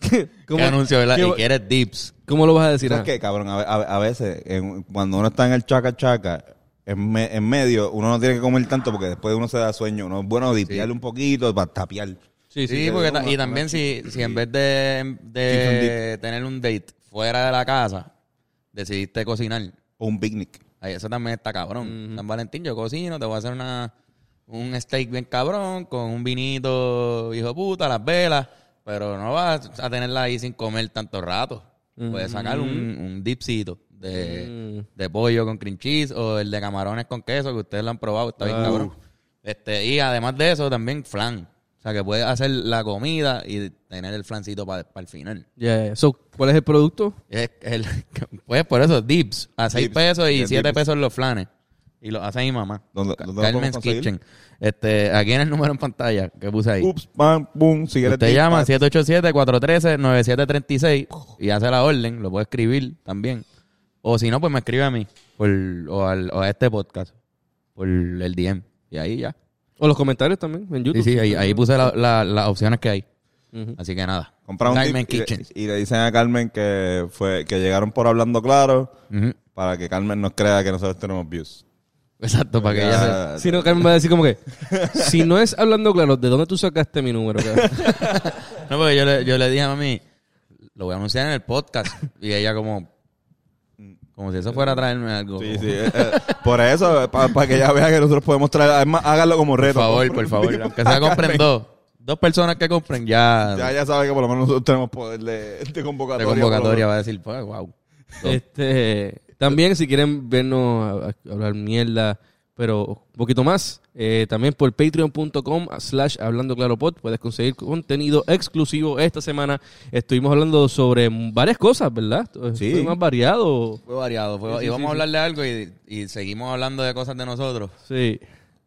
S3: ¿Qué anuncio, verdad?
S2: qué-
S3: Y quieres dips.
S2: cómo lo vas a decir
S4: ¿Sabes
S2: ah?
S4: qué, cabrón? A, ve- a- a veces, en- cuando uno está en el chaca chaca, en, me- en medio, uno no tiene que comer tanto porque después uno se da sueño. Uno es bueno dipearle un poquito para tapear.
S3: Sí, porque ta- y también si, si en vez de, de tener un date fuera de la casa, decidiste cocinar.
S4: O un picnic.
S3: Ay, eso también está cabrón. San Valentín, yo cocino, te voy a hacer una, un steak bien cabrón, con un vinito hijo de puta, las velas, pero no vas a tenerla ahí sin comer tanto rato. Puedes sacar un, un dipcito de, de pollo con cream cheese o el de camarones con queso, que ustedes lo han probado, está bien cabrón. Este, y además de eso, también flan. O sea, que puedes hacer la comida y tener el flancito para el final.
S2: Yeah, yeah. So, ¿cuál es el producto?
S3: Es el- pues por eso, dips. A 6
S4: Dips.
S3: pesos y
S4: Bien,
S3: 7
S4: dips.
S3: pesos los flanes. Y los hace mi mamá.
S4: ¿Dónde-
S3: Ca-
S4: dónde lo podemos
S3: Carmen's
S4: conseguir?
S3: Kitchen. Este, aquí en el número en pantalla que puse ahí.
S4: Ups, pam, pum, si quieres
S3: Usted llama
S4: dipar.
S3: 787-413-9736 y hace la orden. Lo puede escribir también. O si no, pues me escribe a mí. por- o, al- o a este podcast. Por el DM. Y ahí ya.
S2: O los comentarios también en
S3: Sí,
S2: YouTube.
S3: sí, ahí, ahí puse la- la- las opciones que hay.
S2: Ujú.
S3: Así que nada.
S4: Compra un
S3: Carmen's
S4: dip y le-
S3: Kitchen.
S4: Y, le dicen a Carmen que fue que llegaron por hablando claro
S3: Ujú.
S4: para que Carmen nos crea que nosotros tenemos views.
S3: Exacto, para que ella se...
S4: Ya-
S2: Si no, Carmen va a decir como que, si no es hablando claro, ¿de dónde tú sacaste mi número? cabrón?
S3: No, porque yo le, yo le dije a mami, lo voy a anunciar en el podcast. Y ella como, como si eso fuera a traerme algo.
S4: Sí, sí. eh, eh, por eso, para que ella vea que nosotros podemos traer. Además, hágalo como
S3: Por
S4: reto.
S3: favor, por favor. Aunque sea compren dos. Dos personas que compren ya,
S4: Ya, ya sabe que por lo menos nosotros tenemos poder de, de
S3: de
S4: convocatoria.
S3: convocatoria va a decir, pues, wow.
S2: este, también si quieren vernos a- a hablar mierda, pero un poquito más, eh, también por patreon.com slash hablando claro pod puedes conseguir contenido exclusivo. Esta semana estuvimos hablando sobre varias cosas, ¿verdad?
S4: Sí.
S2: Fue más variado.
S3: Fue variado. fue-
S2: Sí, sí,
S3: y vamos
S2: sí,
S3: a hablar de algo y, y seguimos hablando de cosas de nosotros.
S2: Sí.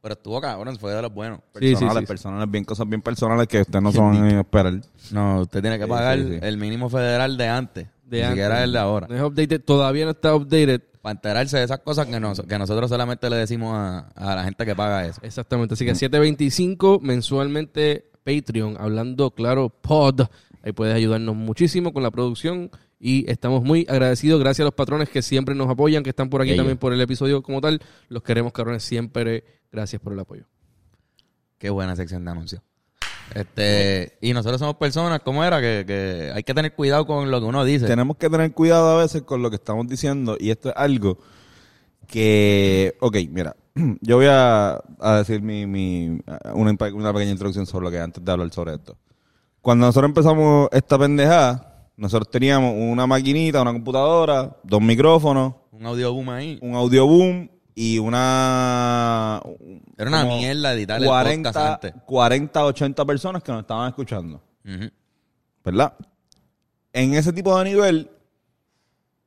S3: Pero estuvo cabrón, fue de los buenos.
S2: Sí, sí,
S4: personales,
S2: sí.
S4: personales, bien cosas bien personales que ustedes no se van a esperar.
S3: No, usted tiene que
S4: Sí,
S3: pagar
S4: sí, sí.
S3: el mínimo federal de antes.
S2: De
S3: ni
S2: antes.
S3: siquiera el de ahora.
S2: No es updated, todavía no está updated.
S3: Para enterarse de esas cosas que, nos- que nosotros solamente le decimos a, a la gente que paga eso.
S2: Exactamente. Así que 725 mensualmente Patreon, hablando claro, pod. Ahí puedes ayudarnos muchísimo con la producción y estamos muy agradecidos. Gracias a los patrones que siempre nos apoyan, que están por aquí
S3: Ellos.
S2: también por el episodio como tal. Los queremos, cabrones, siempre. Gracias por el apoyo.
S3: Qué buena sección de anuncios. Este, y nosotros somos personas, ¿cómo era? Que, que hay que tener cuidado con lo que uno dice.
S4: Tenemos que tener cuidado a veces con lo que estamos diciendo y esto es algo que, ok, mira, yo voy a, a decir mi, mi- una, impa- una pequeña introducción sobre lo que antes de hablar sobre esto. Cuando nosotros empezamos esta pendejada, nosotros teníamos una maquinita, una computadora, dos micrófonos,
S3: Un audio boom ahí.
S4: un audio boom y una...
S3: Era una
S4: como
S3: mierda editar el
S4: 40,
S3: podcast antes.
S4: 40, 80 personas que nos estaban escuchando.
S3: Ujú.
S4: ¿verdad? En ese tipo de nivel,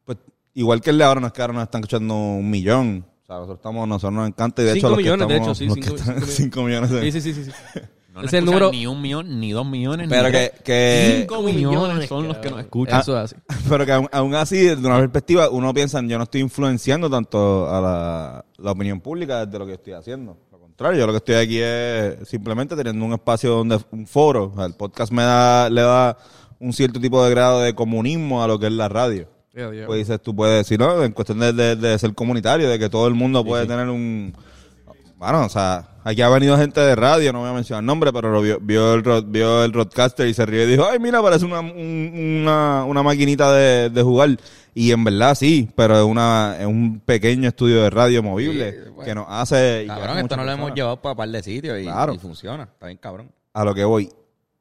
S4: pues igual que el de ahora, no es que ahora nos están escuchando un millón. sea, nosotros, estamos, nosotros nos encanta y de
S2: Cinco
S4: hecho... los que
S2: millones, de
S4: estamos-
S2: hecho, sí,
S4: los
S2: cinco-
S4: que están-
S2: cinco
S4: cinco millones. de-
S2: Sí, sí, sí, sí. sí.
S5: No
S2: Ese
S5: nos escuchan
S2: número-
S5: Ni un millón, ni dos millones.
S4: Pero
S5: ni
S4: que... que
S5: 5 millones son los que nos escuchan.
S2: Eso es así.
S4: Pero que aún, aún así, desde una perspectiva, uno piensa, yo no estoy influenciando tanto a la, la opinión pública desde lo que estoy haciendo. Al contrario, yo lo que estoy aquí es simplemente teniendo un espacio donde, un foro. O sea, el podcast me da, le da un cierto tipo de grado de comunismo a lo que es la radio.
S2: Yeah, yeah.
S4: Pues dices, tú puedes decir, ¿no? En cuestión de, de- de ser comunitario, de que todo el mundo puede tener un... Bueno, o sea, aquí ha venido gente de radio, no voy a mencionar nombre, pero lo vio, vio, el, rod- vio el roadcaster y se rió y dijo, ay, mira, parece una, un- una, una maquinita de, de jugar. Y en verdad sí, pero es, una, es un pequeño estudio de radio movible que nos hace... y que
S3: Cabrón,
S4: hace
S3: esto
S4: muchas
S3: no lo hemos
S4: personas.
S3: llevado para un par de sitios y,
S4: Claro.
S3: y funciona. Está bien, cabrón.
S4: A lo que voy,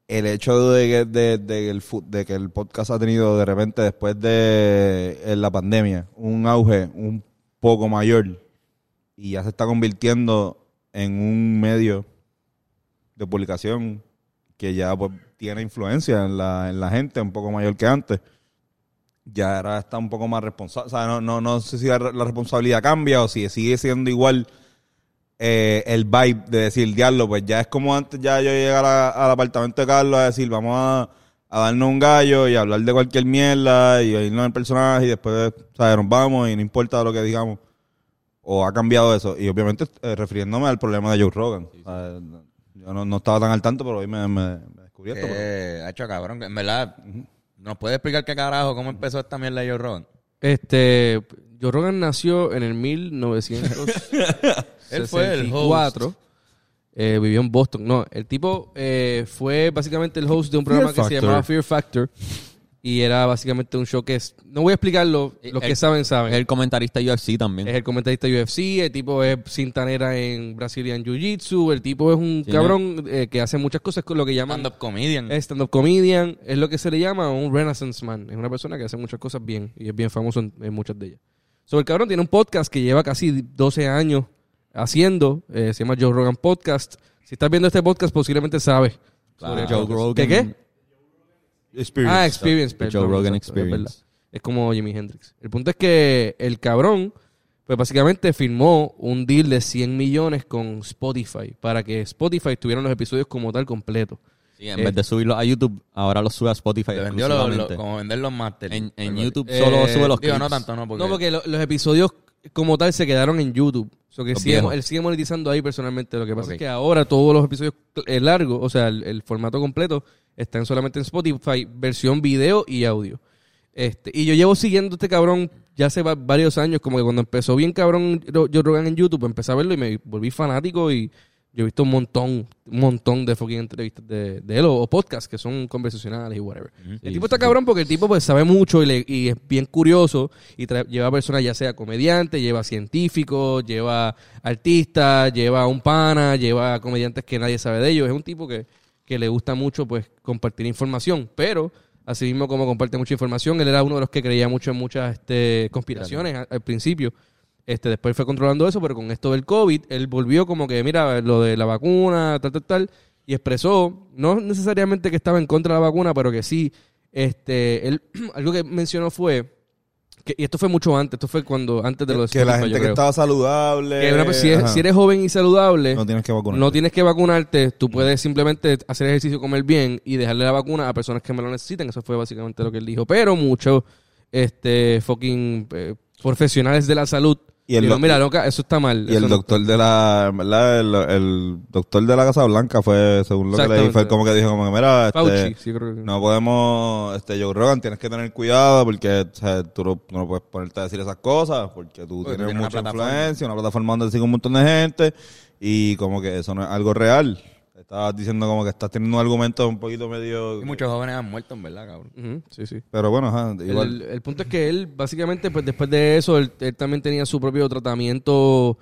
S4: el hecho de que, de, de que el, fu- de que el podcast ha tenido de repente después de eh, la pandemia un auge un poco mayor y ya se está convirtiendo en un medio de publicación que ya pues, tiene influencia en la, en la gente un poco mayor que antes. Ya ahora está un poco más responsable. O sea, no, no, no sé si la, la responsabilidad cambia o si sigue siendo igual eh, el vibe de decir, diablo, pues ya es como antes, ya yo llegar a- al apartamento de Carlos a decir, vamos a, a darnos un gallo y hablar de cualquier mierda y irnos el personaje y después, ¿sabes? Nos vamos y no importa lo que digamos. O ha cambiado eso. Y obviamente eh, refiriéndome al problema de Joe Rogan. ¿sabes? Yo no, no estaba tan al tanto, pero hoy me, me, me descubrí esto. pero-
S3: Que ha hecho cabrón. En verdad, ¿nos puede explicar qué carajo, cómo empezó esta mierda de Joe Rogan?
S2: Este, Joe Rogan nació en el 1964.
S3: Él fue el host.
S2: Eh, vivió en Boston. No, el tipo eh, fue básicamente el host de un programa que se
S4: Factor.
S2: llamaba Fear Factor. Y era básicamente un show que es... No voy a explicarlo, los que
S5: el-
S2: saben, saben.
S5: Eh, Es el comentarista UFC también.
S2: es el comentarista UFC, el tipo es cintanera en Brazilian Jiu-Jitsu, el tipo es un
S5: Sí,
S2: cabrón eh, que hace muchas cosas con lo que llaman
S3: Stand-up comedian.
S2: es stand-up comedian, es lo que se le llama un renaissance man. Es una persona que hace muchas cosas bien y es bien famoso en, en muchas de ellas. So, el cabrón tiene un podcast que lleva casi 12 años haciendo, eh, se llama Joe Rogan Podcast. Si estás viendo este podcast, posiblemente sabes. sobre el
S5: Ah, Joe
S2: podcast.
S5: Rogan.
S2: ¿Qué qué?
S4: Experience.
S2: Ah, Experience.
S5: The Joe
S2: perdón,
S5: Rogan
S2: exacto, es
S5: Experience.
S2: verdad. Es, como Jimi Hendrix. El punto es que el cabrón, pues básicamente firmó un deal de 100 millones con Spotify para que Spotify tuviera los episodios como tal completo.
S5: Sí, en vez de subirlo a YouTube, ahora lo sube a Spotify
S3: Eh, Le vendió los- los-
S5: exclusivamente.
S3: como vender los másteres.
S5: en, en
S3: Algo así.
S5: YouTube
S2: Eh,
S5: solo sube
S3: Digo,
S5: los clips.
S3: no tanto, no, porque...
S2: No, porque lo- los episodios como tal se quedaron en YouTube. O sea, que
S5: Los
S2: sigue-
S5: viejos.
S2: él sigue monetizando ahí personalmente. Lo que pasa es
S3: Ok.
S2: que ahora todos los episodios eh, largos, o sea, el, el formato completo, están solamente en Spotify, versión video y audio. Este, y yo llevo siguiendo este cabrón ya hace va- varios años, como que cuando empezó bien cabrón Ro- Joe Rogan en YouTube, pues, empecé a verlo y me volví fanático y yo he visto un montón, un montón de fucking entrevistas de, de él o, o podcasts que son conversacionales y whatever. El tipo está cabrón porque el tipo pues sabe mucho y, le- y es bien curioso y trae- lleva personas ya sea comediantes, lleva científicos, lleva artistas, lleva un pana, lleva comediantes que nadie sabe de ellos. Es un tipo que, que le gusta mucho pues compartir información, pero asimismo como comparte mucha información, él era uno de los que creía mucho en muchas este, conspiraciones al, al principio. Este, después fue controlando eso, pero con esto del COVID, él volvió como que, mira, lo de la vacuna, tal, tal, tal, y expresó, no necesariamente que estaba en contra de la vacuna, pero que sí, este, él, algo que mencionó fue, que, y esto fue mucho antes, esto fue cuando, antes de lo de
S4: Eh, que la
S2: Spotify,
S4: gente
S2: yo
S4: que
S2: creo.
S4: estaba saludable...
S2: Que una pe- si,
S4: ajá,
S2: eres, si eres joven y saludable,
S4: no tienes que vacunar.
S2: no tienes que vacunarte, tú puedes simplemente hacer ejercicio, comer bien y dejarle la vacuna a personas que me lo necesitan. Eso fue básicamente lo que él dijo. Pero muchos este, fucking eh, profesionales de la salud
S4: Y el
S2: dijeron,
S4: doc-
S2: mira, loca, eso está mal.
S4: Y
S2: Eso
S4: el
S2: no-
S4: doctor de la, ¿verdad? El, el doctor de la Casa Blanca fue, según lo que leí, fue
S2: Exactamente.
S4: el como que dijo, como que mira, este,
S2: Fauci, sí, creo que-
S4: no podemos, este, Joe Rogan, tienes que tener cuidado porque o sea, tú no, tú no puedes ponerte a decir esas cosas porque tú
S3: Porque tú
S4: tienes
S3: tienes una
S4: mucha
S3: plataforma.
S4: influencia, una plataforma donde sigue un montón de gente y como que eso no es algo real. Estabas diciendo como que estás teniendo un argumento un poquito medio...
S3: Y muchos jóvenes han muerto, en verdad, cabrón.
S2: Ujú, sí, sí.
S4: Pero bueno, ajá,
S2: El,
S4: igual.
S2: el punto es que él, básicamente, pues después de eso, él, él también tenía su propio tratamiento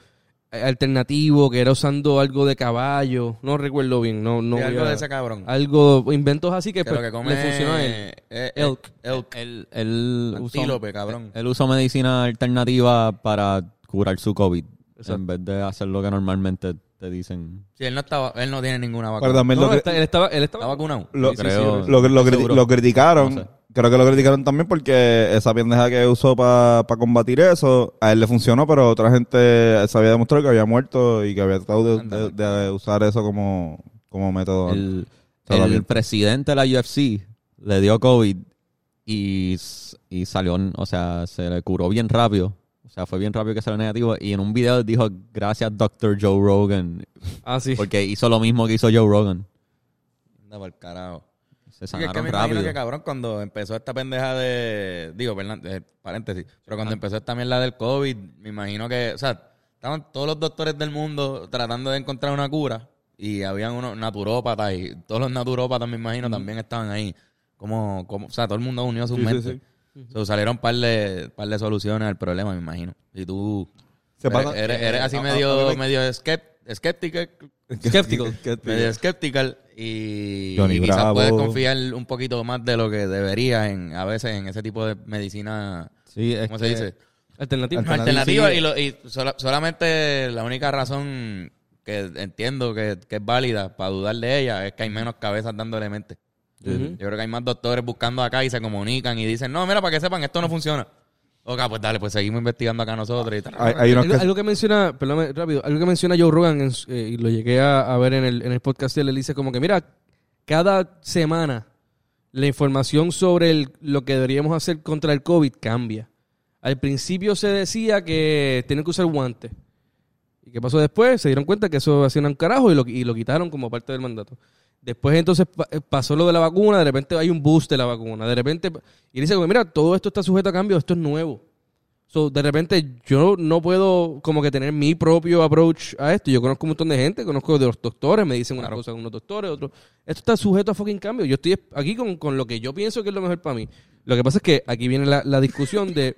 S2: eh, alternativo, que era usando algo de caballo. No recuerdo bien, no, no.
S3: Sí,
S2: voy
S3: algo
S2: a-
S3: de ese cabrón.
S2: algo, inventos así que,
S3: que
S2: pues,
S3: lo que come
S2: le funcionó a él.
S3: es- es-
S2: Elk.
S3: elk.
S5: Él, él usó-
S3: Antílope, cabrón.
S5: él usó medicina alternativa para curar su COVID.
S2: Exacto.
S5: En vez de hacer lo que normalmente te dicen.
S3: Sí, él no estaba, él no tiene ninguna vacuna.
S4: Pero también
S2: No,
S4: lo que-
S2: está- él estaba, él estaba
S3: Está vacunado.
S4: Lo,
S5: Sí, sí, sí,
S4: lo- lo criti-
S5: seguro.
S4: lo criticaron
S5: No sé.
S4: Creo que lo criticaron también porque esa pendeja que usó para combatir eso, a él le funcionó, pero otra gente se había demostrado que había muerto y que había tratado de, de- de usar eso como, como método.
S5: el,
S4: Todo
S5: el
S4: bien.
S5: presidente de la UFC le dio COVID y, s- y salió, o sea, se le curó bien rápido. O sea, fue bien rápido que salió negativo. Y en un video dijo, gracias Dr. Joe Rogan.
S2: Ah, sí.
S5: Porque hizo lo mismo que hizo Joe Rogan.
S3: Anda pa'l carajo.
S5: Se
S3: Sí, es que
S5: sanaron
S3: me imagino
S5: rápido.
S3: que cabrón cuando empezó esta pendeja de digo, perdón, eh, paréntesis, pero cuando empezó esta mierda del COVID, me imagino que, o sea, estaban todos los doctores del mundo tratando de encontrar una cura y habían unos naturópatas y todos los naturópatas me imagino también estaban ahí. Como como, o sea, todo el mundo unió sus
S4: Sí, sí,
S3: mentes. So, salieron un par de, par de soluciones al problema, me imagino. Y tú
S4: Se
S3: eres,
S5: eh,
S4: pasa-
S3: eres- eres
S2: Ah,
S3: así
S4: a- a-
S3: medio
S4: a mí me-
S3: medio escép- escéptica
S2: Skeptical.
S3: medio skeptical y,
S4: Johnny
S3: y quizás
S4: Bravo.
S3: puedes confiar un poquito más de lo que deberías en, a veces en ese tipo de medicina,
S5: Sí, es
S3: ¿cómo
S5: que-
S3: se dice?
S2: Alternativa.
S4: Alternativa.
S3: Alternativa y, lo- y sola- solamente la única razón que entiendo que, que es válida para dudar de ella es que hay menos cabezas dándole mente. Yo creo que hay más doctores buscando acá y se comunican y dicen, no, mira, para que sepan, esto no funciona. Ok, pues dale, pues seguimos investigando acá nosotros y tal.
S4: Hay, hay unos
S2: Algo,
S4: que...
S2: algo que menciona, perdóname rápido, algo que menciona Joe Rogan en su- eh, y lo llegué a, a ver en el, en el podcast de él, él dice como que mira, cada semana la información sobre el- lo que deberíamos hacer contra el COVID cambia. Al principio se decía que tenían que usar guantes. ¿Y qué pasó después? Se dieron cuenta que eso hacían un carajo y lo, y lo quitaron como parte del mandato. Después entonces pa- eh, pasó lo de la vacuna, de repente hay un boost de la vacuna, de repente... Y él dice, como, mira, todo esto está sujeto a cambio, esto es nuevo. So, de repente yo no puedo como que tener mi propio approach a esto. Yo conozco un montón de gente, conozco de los doctores, me dicen una cosa unos doctores, otros. Esto está sujeto a fucking cambio. Yo estoy aquí con, con lo que yo pienso que es lo mejor para mí. Lo que pasa es que aquí viene la, la discusión de,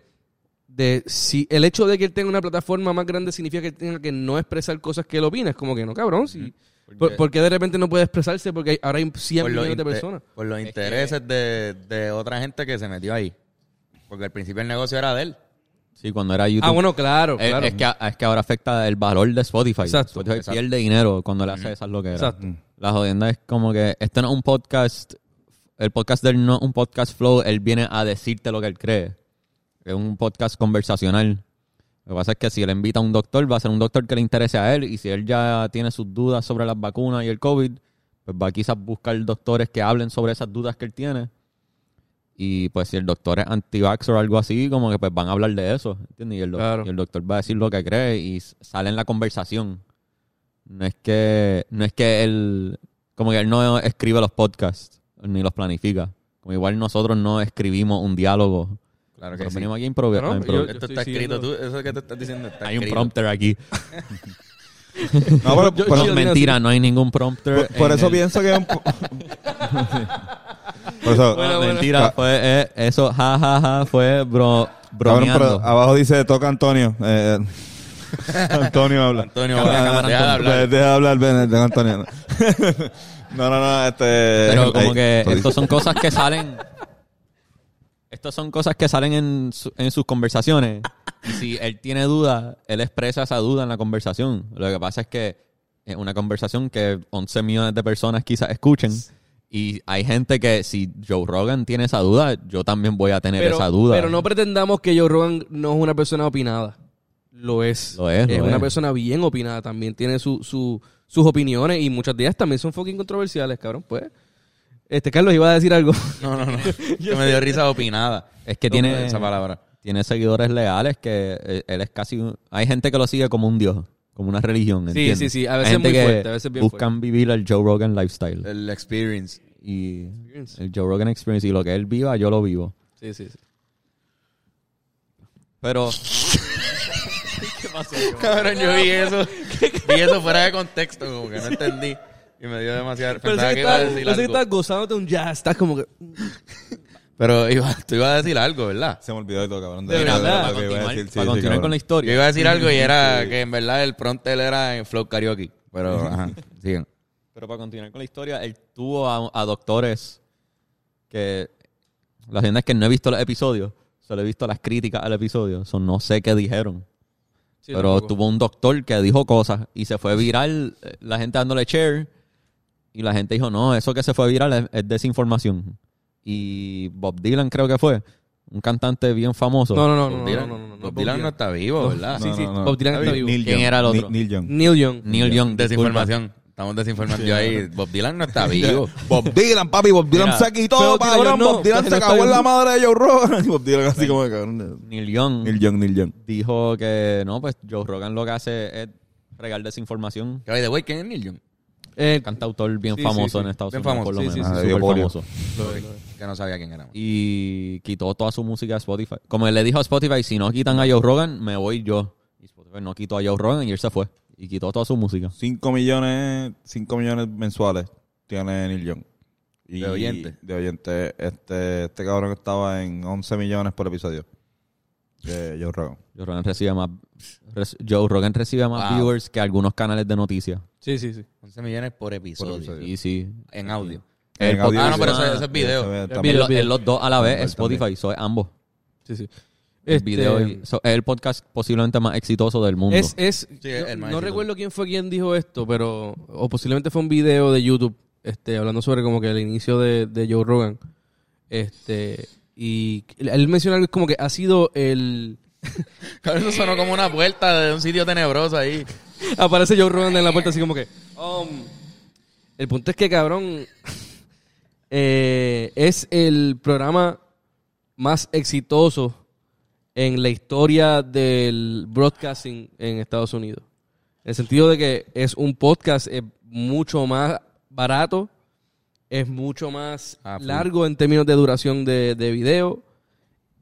S2: de si el hecho de que él tenga una plataforma más grande significa que él tenga que no expresar cosas que él opina. Es como que no, cabrón. Si, ¿por, por qué de repente no puede expresarse? Porque hay- ahora hay 100
S3: por los,
S2: millones de
S3: inte-
S2: personas.
S3: por los intereses de, de otra gente que se metió ahí. Porque al principio el negocio era de él.
S5: sí, cuando era YouTube.
S2: Ah, bueno, claro,
S3: Eh,
S5: Es-
S2: claro.
S5: Es, que, es que ahora afecta el valor de Spotify.
S2: Exacto,
S5: Spotify
S2: exacto.
S5: pierde dinero cuando le hace esas loqueras.
S2: Exacto.
S5: La jodienda es como que este no es un podcast. El podcast de él no es un podcast flow. Él viene a decirte lo que él cree. Es un podcast conversacional. Lo que pasa es que si él invita a un doctor, va a ser un doctor que le interese a él. Y si él ya tiene sus dudas sobre las vacunas y el COVID, pues va a quizás buscar doctores que hablen sobre esas dudas que él tiene. Y pues si el doctor es anti o algo así, como que pues van a hablar de eso, ¿entiendes? Y el, doc-
S2: Claro.
S5: y el doctor va a decir lo que cree y s- sale en la conversación. No es que, no es que él, como que él no escribe los podcasts, ni los planifica. Como igual nosotros no escribimos un diálogo.
S3: Claro que
S5: Nosotros
S3: sí.
S5: venimos aquí a improvisar.
S2: Claro,
S5: a improvisar.
S2: Yo
S3: Esto
S2: estoy
S3: está escrito,
S2: siguiendo-
S3: tú, eso que tú estás diciendo está
S5: Hay un
S3: escrito.
S5: prompter aquí.
S4: No, pero-
S2: Yo-
S4: pero-
S5: No, mentira, no hay ningún prompter.
S4: por, por
S5: en
S4: eso
S5: el-
S4: pienso que es un... po- por eso...
S5: No,
S2: bueno.
S5: Ah, mentira,
S4: Ca-
S5: fue eh, eso, jajaja, fue bro,
S4: Cabrón,
S5: bromeando.
S4: pero abajo dice, toca Antonio. Eh, Antonio habla.
S3: Antonio,
S4: Ah,
S3: habla,
S4: ah,
S3: cámara, deja de hablar.
S4: Deja de hablar, ven, deja a Antonio. No, no, no, este...
S5: Pero como
S4: ey,
S5: que
S4: estoy-
S5: estas son cosas que salen. Estas son cosas que salen en, su- en sus conversaciones. Y si él tiene duda, él expresa esa duda en la conversación. Lo que pasa es que es una conversación que 11 millones de personas quizás escuchen. Y hay gente que si Joe Rogan tiene esa duda, yo también voy a tener esa duda.
S2: pero no pretendamos que Joe Rogan no es una persona opinada. Lo es.
S5: Lo es, lo
S2: una
S5: es.
S2: persona bien opinada también. Tiene su- su- sus opiniones y muchas de ellas también son fucking controversiales, cabrón. Pues. Este, Carlos iba a decir algo.
S3: No, no, no. que me dio risa opinada.
S5: Es que
S3: No,
S5: tiene-
S3: Esa palabra.
S5: Tiene seguidores leales que eh, él es casi... un- Hay gente que lo sigue como un dios, como una religión.
S2: Sí,
S5: ¿entiendes?
S2: sí, sí, a
S5: Hay
S2: veces
S5: gente
S2: muy
S5: que
S2: fuerte, Eh, a veces bien
S5: buscan vivir el Joe Rogan lifestyle.
S3: El experience.
S5: y el Joe Rogan Experience y lo que él viva, yo lo vivo.
S2: Sí, sí, sí.
S5: Pero
S3: Cabrón, yo vi eso. vi eso fuera de contexto, como que no entendí. Y me dio demasiado. Pensaba que iba a decir
S2: que
S3: algo.
S2: estás gozándote un jazz. Estás como que.
S3: Pero iba- tú ibas a decir algo, ¿verdad?
S4: Se me olvidó de todo, cabrón.
S2: De
S4: verdad,
S2: verdad.
S5: para
S4: lo que iba a
S5: continuar,
S4: decir, sí,
S5: para
S4: sí,
S5: continuar
S4: cabrón.
S5: con la
S3: Yo
S5: historia,
S3: iba a decir algo y era que en verdad el prompter era en Flow Karaoke. Pero, ajá, sigan.
S5: pero para continuar con la historia, él tuvo a, a doctores que la gente es que no he visto los episodios, solo he visto las críticas al episodio, so no sé qué dijeron.
S2: Sí,
S5: pero
S2: tampoco.
S5: tuvo un doctor que dijo cosas y se fue viral, eh, la gente dándole share y la gente dijo, no, eso que se fue viral es, es desinformación. y Bob Dylan creo que fue, un cantante bien famoso.
S2: No, no, no, no,
S3: Bob
S2: no,
S3: Dylan,
S2: no, no, no,
S3: Bob
S2: Bob
S3: Dylan no
S2: Dylan.
S3: está vivo, ¿verdad?
S2: Sí, sí,
S4: no, no.
S2: Bob Dylan está vivo.
S5: Neil ¿Quién era el otro?
S4: Neil, Neil Young.
S2: Neil Young.
S5: Neil Young, disculpa.
S3: Desinformación. Estamos desinformando yo ahí. Bob Dylan no está vivo.
S4: Bob Dylan, papi, Bob Dylan
S5: Mira,
S4: se quitó,
S2: pero
S4: cabrón.
S2: Dylan no,
S4: Bob Dylan
S2: Dylan no
S4: se cagó en
S2: está
S4: la madre de Joe Rogan. Y Bob Dylan así como de cabrón.
S5: Neil Young
S4: Neil Young, Neil Young.
S5: dijo que no, pues Joe Rogan lo que hace es regar desinformación.
S3: Que by the way, ¿quién es Neil Young?
S2: Eh,
S5: Cantautor bien
S2: Sí, sí,
S5: famoso
S2: sí.
S5: en Estados
S3: Bien
S5: Unidos,
S3: famoso,
S5: por lo
S2: sí, sí,
S5: menos.
S2: sí,
S4: sí.
S5: Súper
S4: Dio polio.
S5: famoso.
S2: lo- lo-
S3: Que no sabía quién era.
S5: y quitó toda su música de Spotify. Como él le dijo a Spotify, si no quitan a Joe Rogan, me voy yo. Y Spotify no quitó a Joe Rogan y él se fue. Y quitó toda su música.
S4: 5 millones, 5 millones mensuales tiene Neil Young. Y-
S3: De oyente.
S4: De oyente. Este, este cabrón estaba en 11 millones por episodio. De Joe Rogan.
S5: Joe Rogan recibe más, res- Joe Rogan recibe más
S3: Wow.
S5: viewers que algunos canales de noticias.
S2: Sí, sí, sí.
S3: 11 millones por episodio.
S4: Por episodio.
S5: Y sí.
S3: En audio.
S5: El
S4: En audio este,
S5: podcast-
S3: Ah, no, pero
S5: Ah,
S3: eso, eso es video.
S4: También-
S5: es
S4: también.
S5: lo- es los dos a la vez,
S4: También.
S5: Spotify, son ambos.
S2: sí, sí.
S5: El
S2: Este,
S5: video y- so- es el podcast posiblemente más exitoso del mundo.
S2: Es, es,
S3: Sí,
S2: yo
S3: el más
S2: no
S3: exitoso.
S2: recuerdo quién fue quien dijo esto, pero o posiblemente fue un video de YouTube, este, hablando sobre como que el inicio de, de Joe Rogan, este, y él menciona algo como que ha sido el
S3: Cabrón, Eso sonó como una puerta de un sitio tenebroso ahí.
S2: aparece Joe Rogan en la puerta así como que, um, el punto es que cabrón eh, es el programa más exitoso en la historia del broadcasting en Estados Unidos. En el sentido de que es un podcast es mucho más barato, es mucho más
S3: Ah, full.
S2: largo en términos de duración de, de video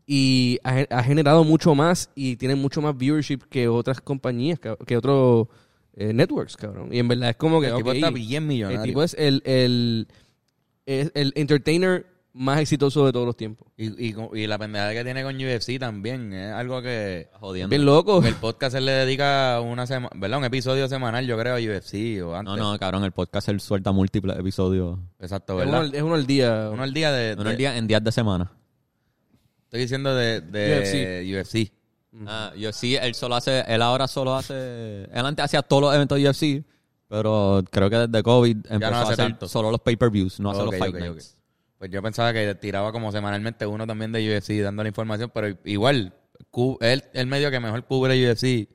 S2: y ha, ha generado mucho más y tiene mucho más viewership que otras compañías, cab- que otros eh, networks, cabrón. Y en verdad es como que...
S3: El tipo
S2: ok,
S3: está bien millonario.
S2: el tipo es el, el, es el entertainer más exitoso de todos los tiempos.
S3: y, y, con- y la pendejada que tiene con UFC también. Es algo que...
S5: Jodiendo.
S2: Bien loco.
S3: El podcast él le dedica una semana, ¿verdad? Un episodio semanal, yo creo, a UFC o antes.
S5: No, no, cabrón, el podcast él suelta múltiples episodios.
S3: Exacto,
S2: Es uno,
S3: ¿verdad?
S2: al- es uno al día.
S3: Uno al día de...
S5: Uno
S3: de-
S5: al día en días de semana.
S3: Estoy diciendo de, de UFC.
S5: Ah, yo sí, él solo hace, él ahora solo hace, él antes hacía todos los eventos de UFC, pero creo que desde COVID empezó
S3: no
S5: a
S3: hace
S5: hacer
S3: tanto.
S5: solo los pay-per-views, no hace
S3: Ok,
S5: los fight
S3: ok, ok.
S5: nights.
S3: Pues yo pensaba que tiraba como semanalmente uno también de UFC dando la información, pero igual, cu- es el, el medio que mejor cubre UFC,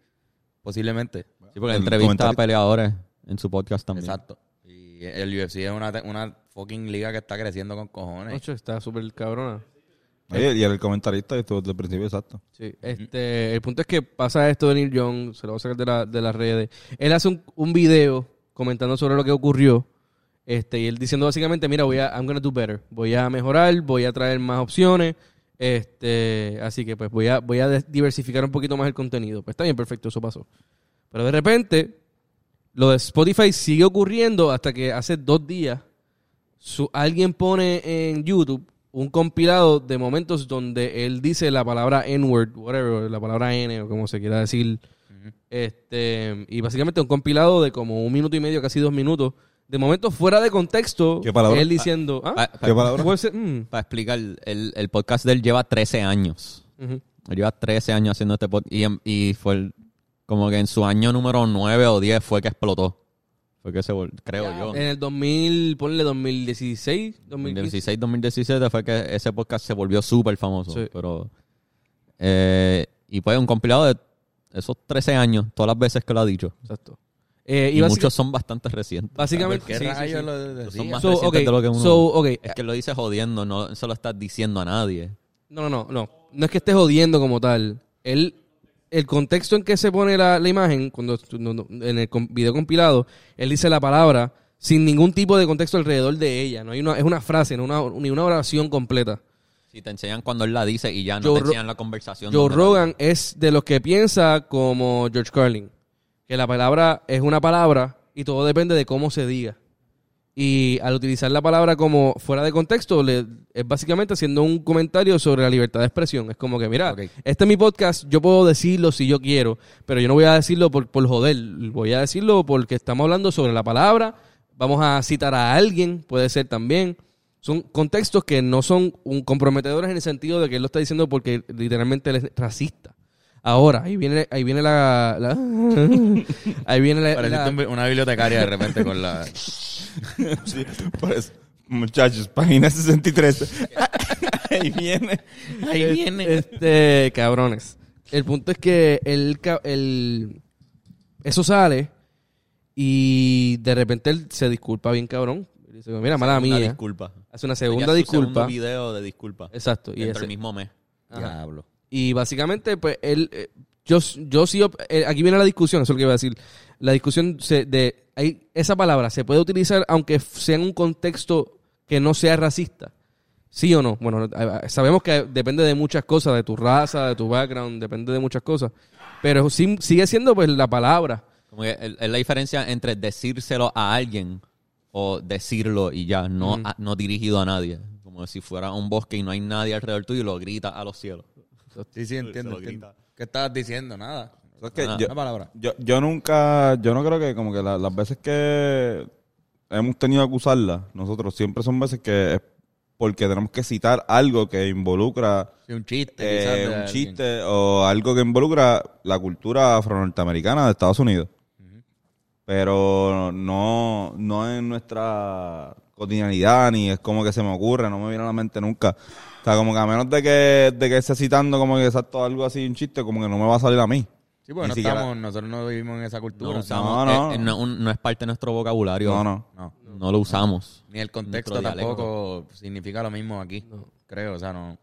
S3: posiblemente.
S5: Sí, porque
S4: El
S5: entrevista a
S4: comentarista.
S5: peleadores en su podcast también.
S3: Exacto. Y el UFC es una, te- una fucking liga que está creciendo con cojones.
S2: Ocho, está súper cabrona.
S4: Oye, y era el comentarista que estuvo desde el principio, exacto.
S2: Sí, este, el punto es que pasa esto de Neil Young, se lo va a sacar de, la- de las redes. Él hace un, un video comentando sobre lo que ocurrió. Este, y él diciendo básicamente, mira, voy a, I'm gonna do better. Voy a mejorar, voy a traer más opciones. Este, así que pues voy a, voy a des- diversificar un poquito más el contenido. Pues está bien, perfecto, eso pasó. Pero de repente, lo de Spotify sigue ocurriendo hasta que hace dos días su- alguien pone en YouTube un compilado de momentos donde él dice la palabra N-word, whatever, la palabra N o como se quiera decir. Este, y básicamente un compilado de como un minuto y medio, casi dos minutos, de momentos fuera de contexto,
S4: ¿Qué palabra?
S2: él diciendo, ah,
S5: Pa-
S4: ¿Qué palabra?
S2: puede ser, mm,
S5: Para explicar, el, el podcast de él lleva 13 años.
S2: ujú.
S5: Él lleva 13 años haciendo este podcast y, en- y fue el- como que en su año número 9 o 10 fue que explotó. Fue que se vol- creo
S3: eh,
S5: yo.
S2: En el 2000, ponle 2016, 2015.
S5: 2016, 2017 fue que ese podcast se volvió súper famoso.
S2: Sí.
S5: Pero, eh, y pues un compilado de esos 13 años, todas las veces que lo ha dicho.
S2: Exacto. Eh, y
S5: Y,
S2: básica- Ah,
S5: muchos son bastante recientes.
S2: básicamente,
S3: ¿Qué
S2: sí, sí,
S3: rayos
S2: sí.
S3: lo de-
S5: Pero
S3: decía?
S5: Son más
S2: So,
S5: recientes
S2: ok,
S5: de lo que uno...
S2: so, ok. eh,
S5: Es que lo dice jodiendo, no se lo estás diciendo a nadie.
S2: No, no, no, no. No es que esté jodiendo como tal. Él, el contexto en que se pone la, la imagen, cuando tú- no, no, en el com- video compilado, él dice la palabra sin ningún tipo de contexto alrededor de ella. No hay una, es una frase, no una, ni una oración completa.
S5: Si te enseñan cuando él la dice y ya no
S2: Joe
S5: te
S2: Ro-
S5: enseñan la conversación.
S2: Joe
S5: donde la-
S2: Rogan es de los que piensa como George Carlin, que la palabra es una palabra y todo depende de cómo se diga. Y al utilizar la palabra como fuera de contexto, le, es básicamente haciendo un comentario sobre la libertad de expresión. Es como que, mira,
S3: Ok.
S2: este es mi podcast, yo puedo decirlo si yo quiero, pero yo no voy a decirlo por, por joder, voy a decirlo porque estamos hablando sobre la palabra, vamos a citar a alguien, puede ser también. Son contextos que no son un- comprometedores en el sentido de que él lo está diciendo porque literalmente él es racista. Ahora, ahí viene, ahí viene la, la- ahí viene la-
S3: Pareciste
S2: la,
S3: un bi- una bibliotecaria de repente con la...
S4: Sí, por eso. Muchachos, página 63. Ahí viene.
S3: Ahí
S2: Es-
S3: viene.
S2: Este, cabrones. El punto es que el, ca- el- eso sale y de repente él se disculpa bien cabrón. Y Dice, mira, mala
S5: Una
S2: mía.
S5: disculpa.
S2: Hace una
S5: Ya es
S2: segunda
S5: su
S2: disculpa.
S5: segundo video de disculpa.
S2: Exacto. Y,
S5: Dentro
S2: ese-
S5: del mismo mes.
S2: Ajá.
S3: Diablo.
S2: y básicamente, pues, él, eh, yo, yo sí, op- eh, aquí viene la discusión, eso es lo que iba a decir. La discusión se- de, hay, esa palabra se puede utilizar aunque f- sea en un contexto que no sea racista. ¿Sí o no? Bueno, eh, sabemos que depende de muchas cosas, de tu raza, de tu background, depende de muchas cosas. Pero sí- sigue siendo, pues, la palabra.
S5: Como que el- es la diferencia entre decírselo a alguien o decirlo y ya, no, a- no dirigido a nadie. Como si fuera a un bosque y no hay nadie alrededor tuyo y lo grita a los cielos.
S3: Sí, sí, entiendo.
S5: lo grita.
S3: entiendo. ¿Qué estabas diciendo? Nada.
S4: Es que
S5: Ah,
S4: yo,
S3: Una palabra.
S4: yo, yo nunca, yo no creo que como que la- las veces que hemos tenido que acusarla, nosotros siempre son veces que es porque tenemos que citar algo que involucra
S3: Sí, un chiste.
S4: eh,
S3: quizás, de
S4: un
S3: alguien.
S4: chiste o algo que involucra la cultura afro-norteamericana de Estados Unidos. Pero no, no en nuestra cotidianidad, ni es como que se me ocurre, no me viene a la mente nunca. O sea, como que a menos de que, de que esté citando como que exacto algo así, un chiste, como que no me va a salir a mí.
S3: Sí, porque
S4: Ni
S3: no
S4: siquiera-
S3: estamos, nosotros no vivimos en esa
S5: No,
S3: cultura.
S4: no,
S5: usamos,
S4: no.
S5: eh, eh, no- un- no es parte de nuestro vocabulario.
S4: No, no.
S3: No.
S5: No lo usamos.
S3: Ni el contexto
S5: Nuestro dialecto.
S3: tampoco significa lo mismo aquí. Creo, o sea, no.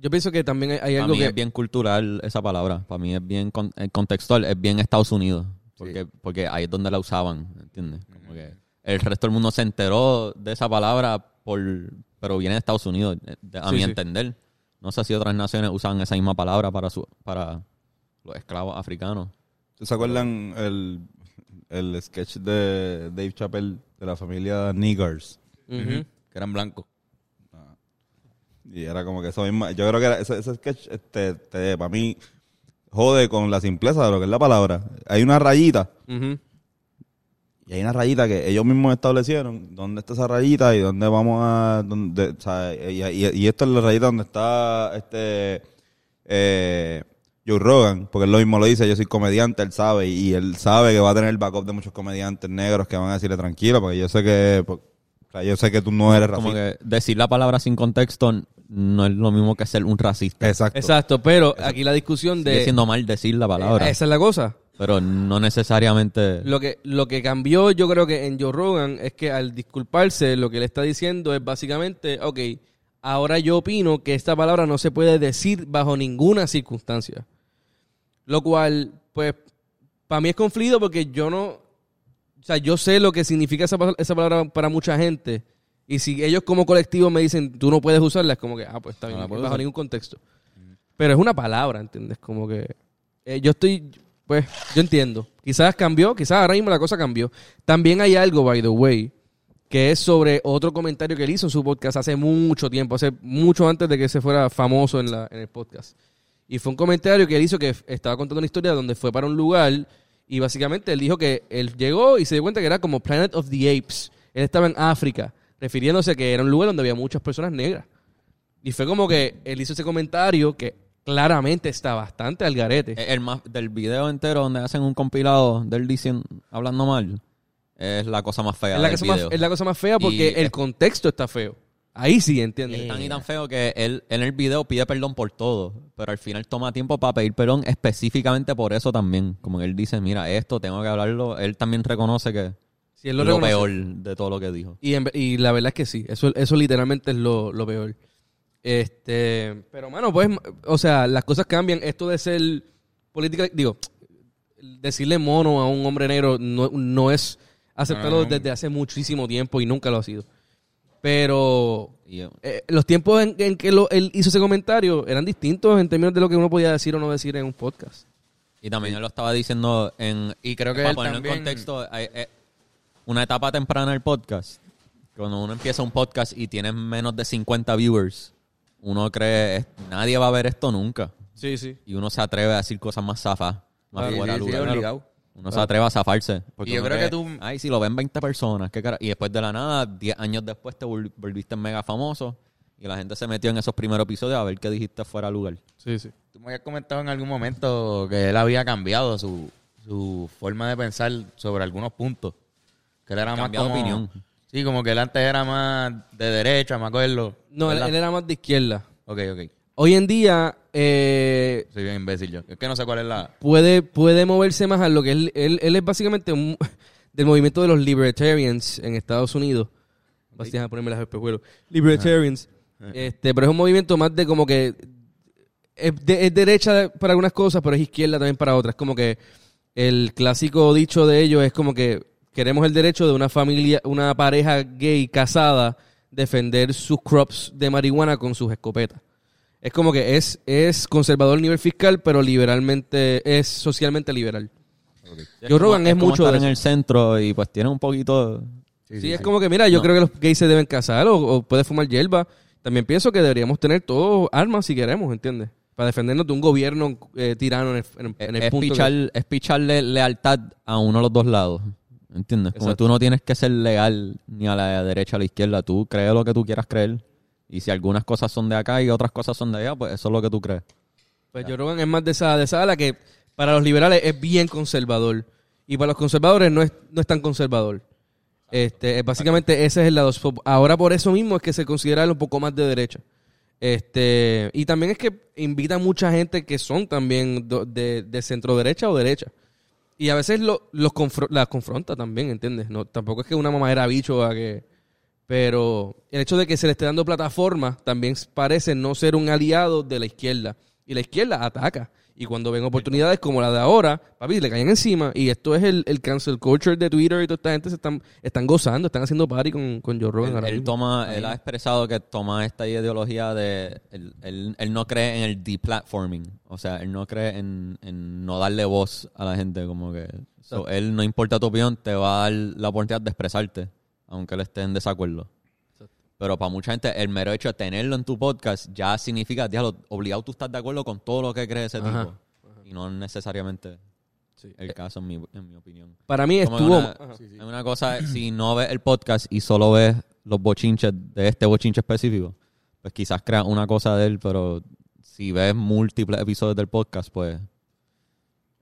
S2: Yo pienso que también hay, hay
S5: Para
S2: algo
S5: mí
S2: que...
S5: es bien cultural esa palabra. Para mí es bien con- eh, contextual. Es bien Estados Unidos. Porque, porque ahí es donde la usaban. ¿Entiendes? Como que el resto del mundo se enteró de esa palabra, por pero viene de Estados Unidos, eh, de- a
S2: Sí,
S5: mi
S2: sí.
S5: entender. No sé si otras naciones usaban esa misma palabra para, su, para los esclavos africanos.
S4: ¿Ustedes ¿Se acuerdan el, el sketch de Dave Chappelle de la familia Niggers?
S2: Ujú.
S3: Que eran blancos.
S4: Y era como que eso mismo. Yo creo que era- ese, ese sketch, este, te- para mí, jode con la simpleza de lo que es la palabra. Hay una rayita,
S2: Ujú.
S4: y hay una rayita que ellos mismos establecieron. ¿Dónde está esa rayita y dónde vamos a.? Dónde, o sea, y, y- y esta es la rayita donde está este. eh, Joe Rogan, porque él lo mismo lo dice, yo soy comediante, él sabe, y él sabe que va a tener el backup de muchos comediantes negros que van a decirle tranquilo, porque yo sé que, por- o sea, yo sé que tú no eres
S5: Como
S4: racista.
S5: que decir la palabra sin contexto n- no es lo mismo que ser un racista.
S4: Exacto.
S2: Exacto, pero aquí la discusión
S5: Sigue
S2: de...
S5: siendo mal decir la palabra.
S2: Esa es la cosa.
S5: pero no necesariamente...
S2: Lo que, lo que cambió, yo creo que en Joe Rogan, es que al disculparse, lo que le está diciendo es básicamente, ok, ahora yo opino que esta palabra no se puede decir bajo ninguna circunstancia. Lo cual, pues, para mí es conflicto porque yo no. O sea, yo sé lo que significa esa, pa- esa palabra para mucha gente. Y si ellos como colectivo me dicen, tú no puedes usarla, es como que, ah, pues está
S3: No
S2: bien,
S3: la puedo
S2: bajo
S3: usar.
S2: ningún contexto. Pero es una palabra, ¿entiendes? Como que. eh, yo estoy. Pues, yo entiendo. Quizás cambió, quizás ahora mismo la cosa cambió. También hay algo, by the way, que es sobre otro comentario que él hizo en su podcast hace mucho tiempo, hace mucho antes de que se fuera famoso en, la, en el podcast. Y fue un comentario que él hizo que f- estaba contando una historia donde fue para un lugar y básicamente él dijo que él llegó y se dio cuenta que era como Planet of the Apes. Él estaba en África, refiriéndose a que era un lugar donde había muchas personas negras. Y fue como que él hizo ese comentario que claramente está bastante al garete.
S5: Eh, El más del video entero donde hacen un compilado del diciendo hablando mal es la cosa más fea.
S2: es, la
S5: del
S2: cosa más,
S5: video.
S2: es la cosa más fea porque
S5: Y-
S2: el contexto está feo. Ahí sí, ¿entiendes?
S5: Es tan y tan feo que él en el video pide perdón por todo, pero al final toma tiempo para pedir perdón específicamente por eso también. Como que él dice, mira, esto tengo que hablarlo. Él también reconoce que
S2: Si él
S5: lo,
S2: lo reconoce-
S5: peor de todo lo que dijo.
S2: Y, en ve- y la verdad es que sí, eso, eso literalmente es lo, lo peor. Este, pero mano, pues, m- o sea, las cosas cambian. Esto de ser política, digo, decirle mono a un hombre negro no, no es aceptarlo
S3: No, no, no.
S2: desde hace muchísimo tiempo y nunca lo ha sido. Pero
S5: Y, eh,
S2: eh, los tiempos en, en que lo- él hizo ese comentario eran distintos en términos de lo que uno podía decir o no decir en un podcast.
S5: y también él lo estaba diciendo en...
S3: Y creo que
S5: para
S3: él
S5: ponerlo
S3: también-
S5: en contexto, hay- eh, una etapa temprana del podcast, cuando uno empieza un podcast y tiene menos de 50 viewers, uno cree, "Es- nadie va a ver esto nunca.
S2: Sí, sí.
S5: Y uno se atreve a decir cosas más zafas, más
S3: Sí,
S5: fuera de
S3: sí, sí,
S5: lugar.
S3: obligado.
S5: Uno se atreve a zafarse.
S3: Y yo creo
S5: uno
S3: que
S5: cree,
S3: tú-
S5: Ay, si lo ven 20 personas, qué cara. Y después de la nada, 10 años después te vol- volviste mega famoso. Y la gente se metió en esos primeros episodios a ver qué dijiste fuera de lugar.
S2: Sí, sí.
S3: Tú me habías comentado en algún momento que él había cambiado su, su forma de pensar sobre algunos puntos. Que él era más
S5: Cambiado
S3: como...
S5: opinión.
S3: Sí, Sí, como que él antes era más de derecha, me acuerdo.
S2: No, él,
S3: ¿verdad?
S2: él era más de izquierda.
S3: Ok, ok.
S2: Hoy en día eh,
S3: Soy bien imbécil yo. Es que no sé cuál es la...
S2: puede, puede moverse más a lo que él, él, él es básicamente un- del movimiento de los libertarians en Estados Unidos. Vas a ponerme las espejuelos. Libertarians. Este, pero es un movimiento más de como que es, de- es derecha para algunas cosas, pero es izquierda también para otras. Como que el clásico dicho de ellos es como que queremos el derecho de una familia, una pareja gay casada defender sus crops de marihuana con sus escopetas. Es como que es, es conservador a nivel fiscal, pero liberalmente, es socialmente liberal. Yo Rogan es,
S5: como
S2: mucho
S5: estar
S2: de eso.
S5: en el centro y pues tiene un poquito...
S2: Sí, es como que, mira, yo creo que los gays se deben casar o, o puede fumar hierba. También pienso que deberíamos tener todos armas si queremos, ¿entiendes? Para defendernos de un gobierno eh, tirano en el, en- en el
S5: es,
S2: punto. que-
S5: pichar- es picharle lealtad a uno de los dos lados. ¿Entiendes? Como
S2: Exacto.
S5: tú no tienes que ser leal ni a la derecha o a la izquierda. Tú crees lo que tú quieras creer. Y si algunas cosas son de acá y otras cosas son de allá, pues eso es lo que tú crees.
S2: Pues Joe Rogan es más de esa, de esa ala que para los liberales es bien conservador. Y para los conservadores no es, no es tan conservador. Este, eh, básicamente ese es el lado. So, Ahora por eso mismo es que se considera él un poco más de derecha. Este, y también es que invita a mucha gente que son también do- de, de centro derecha o derecha. Y a veces lo, los confro- las confronta también, ¿entiendes? No, tampoco es que una mamá era bicho a que... Pero el hecho de que se le esté dando plataforma también parece no ser un aliado de la izquierda. Y la izquierda ataca. Y cuando ven oportunidades como la de ahora, papi, le caen encima. Y esto es el, el cancel culture de Twitter y toda esta gente se están, están gozando, están haciendo party con, con Joe Rogan
S5: Él,
S2: ahora
S5: él
S2: mismo.
S5: toma, él ha expresado que toma esta ideología de... Él, él- él no cree en el deplatforming. O sea, él no cree en, en no darle voz a la gente. Como que... so, él, no importa tu opinión, te va a dar la oportunidad de expresarte. Aunque él esté en desacuerdo. Pero para mucha gente, el mero hecho de tenerlo en tu podcast ya significa, diablo, obligado tú estás de acuerdo con todo lo que cree ese tipo.
S2: Ajá,
S5: Y no necesariamente
S2: Sí.
S5: el caso, en mi, en mi opinión.
S2: Para mí
S5: Como que
S2: estuvo...
S5: una- Es una cosa, eh, si no ves el podcast y solo ves los bochinches de este bochinche específico, pues quizás creas una cosa de él, pero si ves múltiples episodios del podcast, pues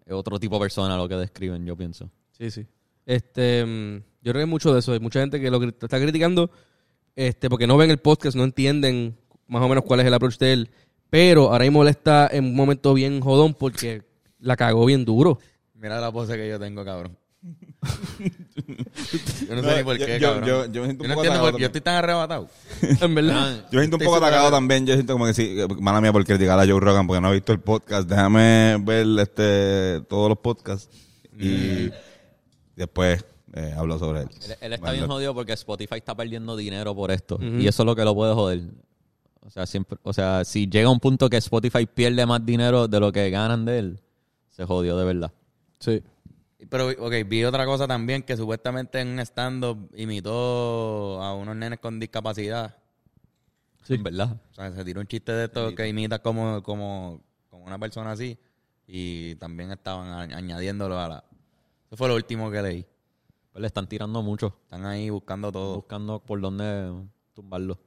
S5: es otro tipo de persona lo que describen, yo pienso.
S2: Sí, sí. Este, mm, yo creo que hay mucho de eso. Hay mucha gente que lo cri- está criticando este, porque no ven el podcast, no entienden más o menos cuál es el approach de él. Pero ahora mismo él está en un momento bien jodón porque la cagó bien duro.
S3: Mira la pose que yo tengo, cabrón. yo no,
S4: No,
S3: sé ni por
S4: yo-
S3: qué,
S4: yo-
S3: cabrón.
S4: yo- yo me siento un poco
S3: no entiendo por
S4: atacado
S3: qué yo estoy tan arrebatado.
S2: En verdad.
S4: Yo me siento un poco
S3: Estoy
S4: atacado
S3: súper-
S4: también. Yo siento como que sí, mala mía por criticar a Joe Rogan porque no he visto el podcast. Déjame ver este todos los podcasts y
S3: Mm.
S4: después eh, hablo sobre él.
S5: Él, él está
S4: Bueno,
S5: bien jodido porque Spotify está perdiendo dinero por esto. Y eso es lo que lo puede joder. O sea, siempre, o sea, si llega un punto que Spotify pierde más dinero de lo que ganan de él, se jodió de verdad.
S2: Sí.
S3: Pero, ok, vi otra cosa también que supuestamente en un stand-up imitó a unos nenes con discapacidad.
S5: En verdad.
S3: O sea, se tiró un chiste de esto que imita como, como, como una persona así. Y también estaban a- añadiéndolo a la. Eso fue lo último que leí.
S5: Pues le están tirando mucho.
S3: Están ahí buscando todo.
S5: Buscando por dónde tumbarlo.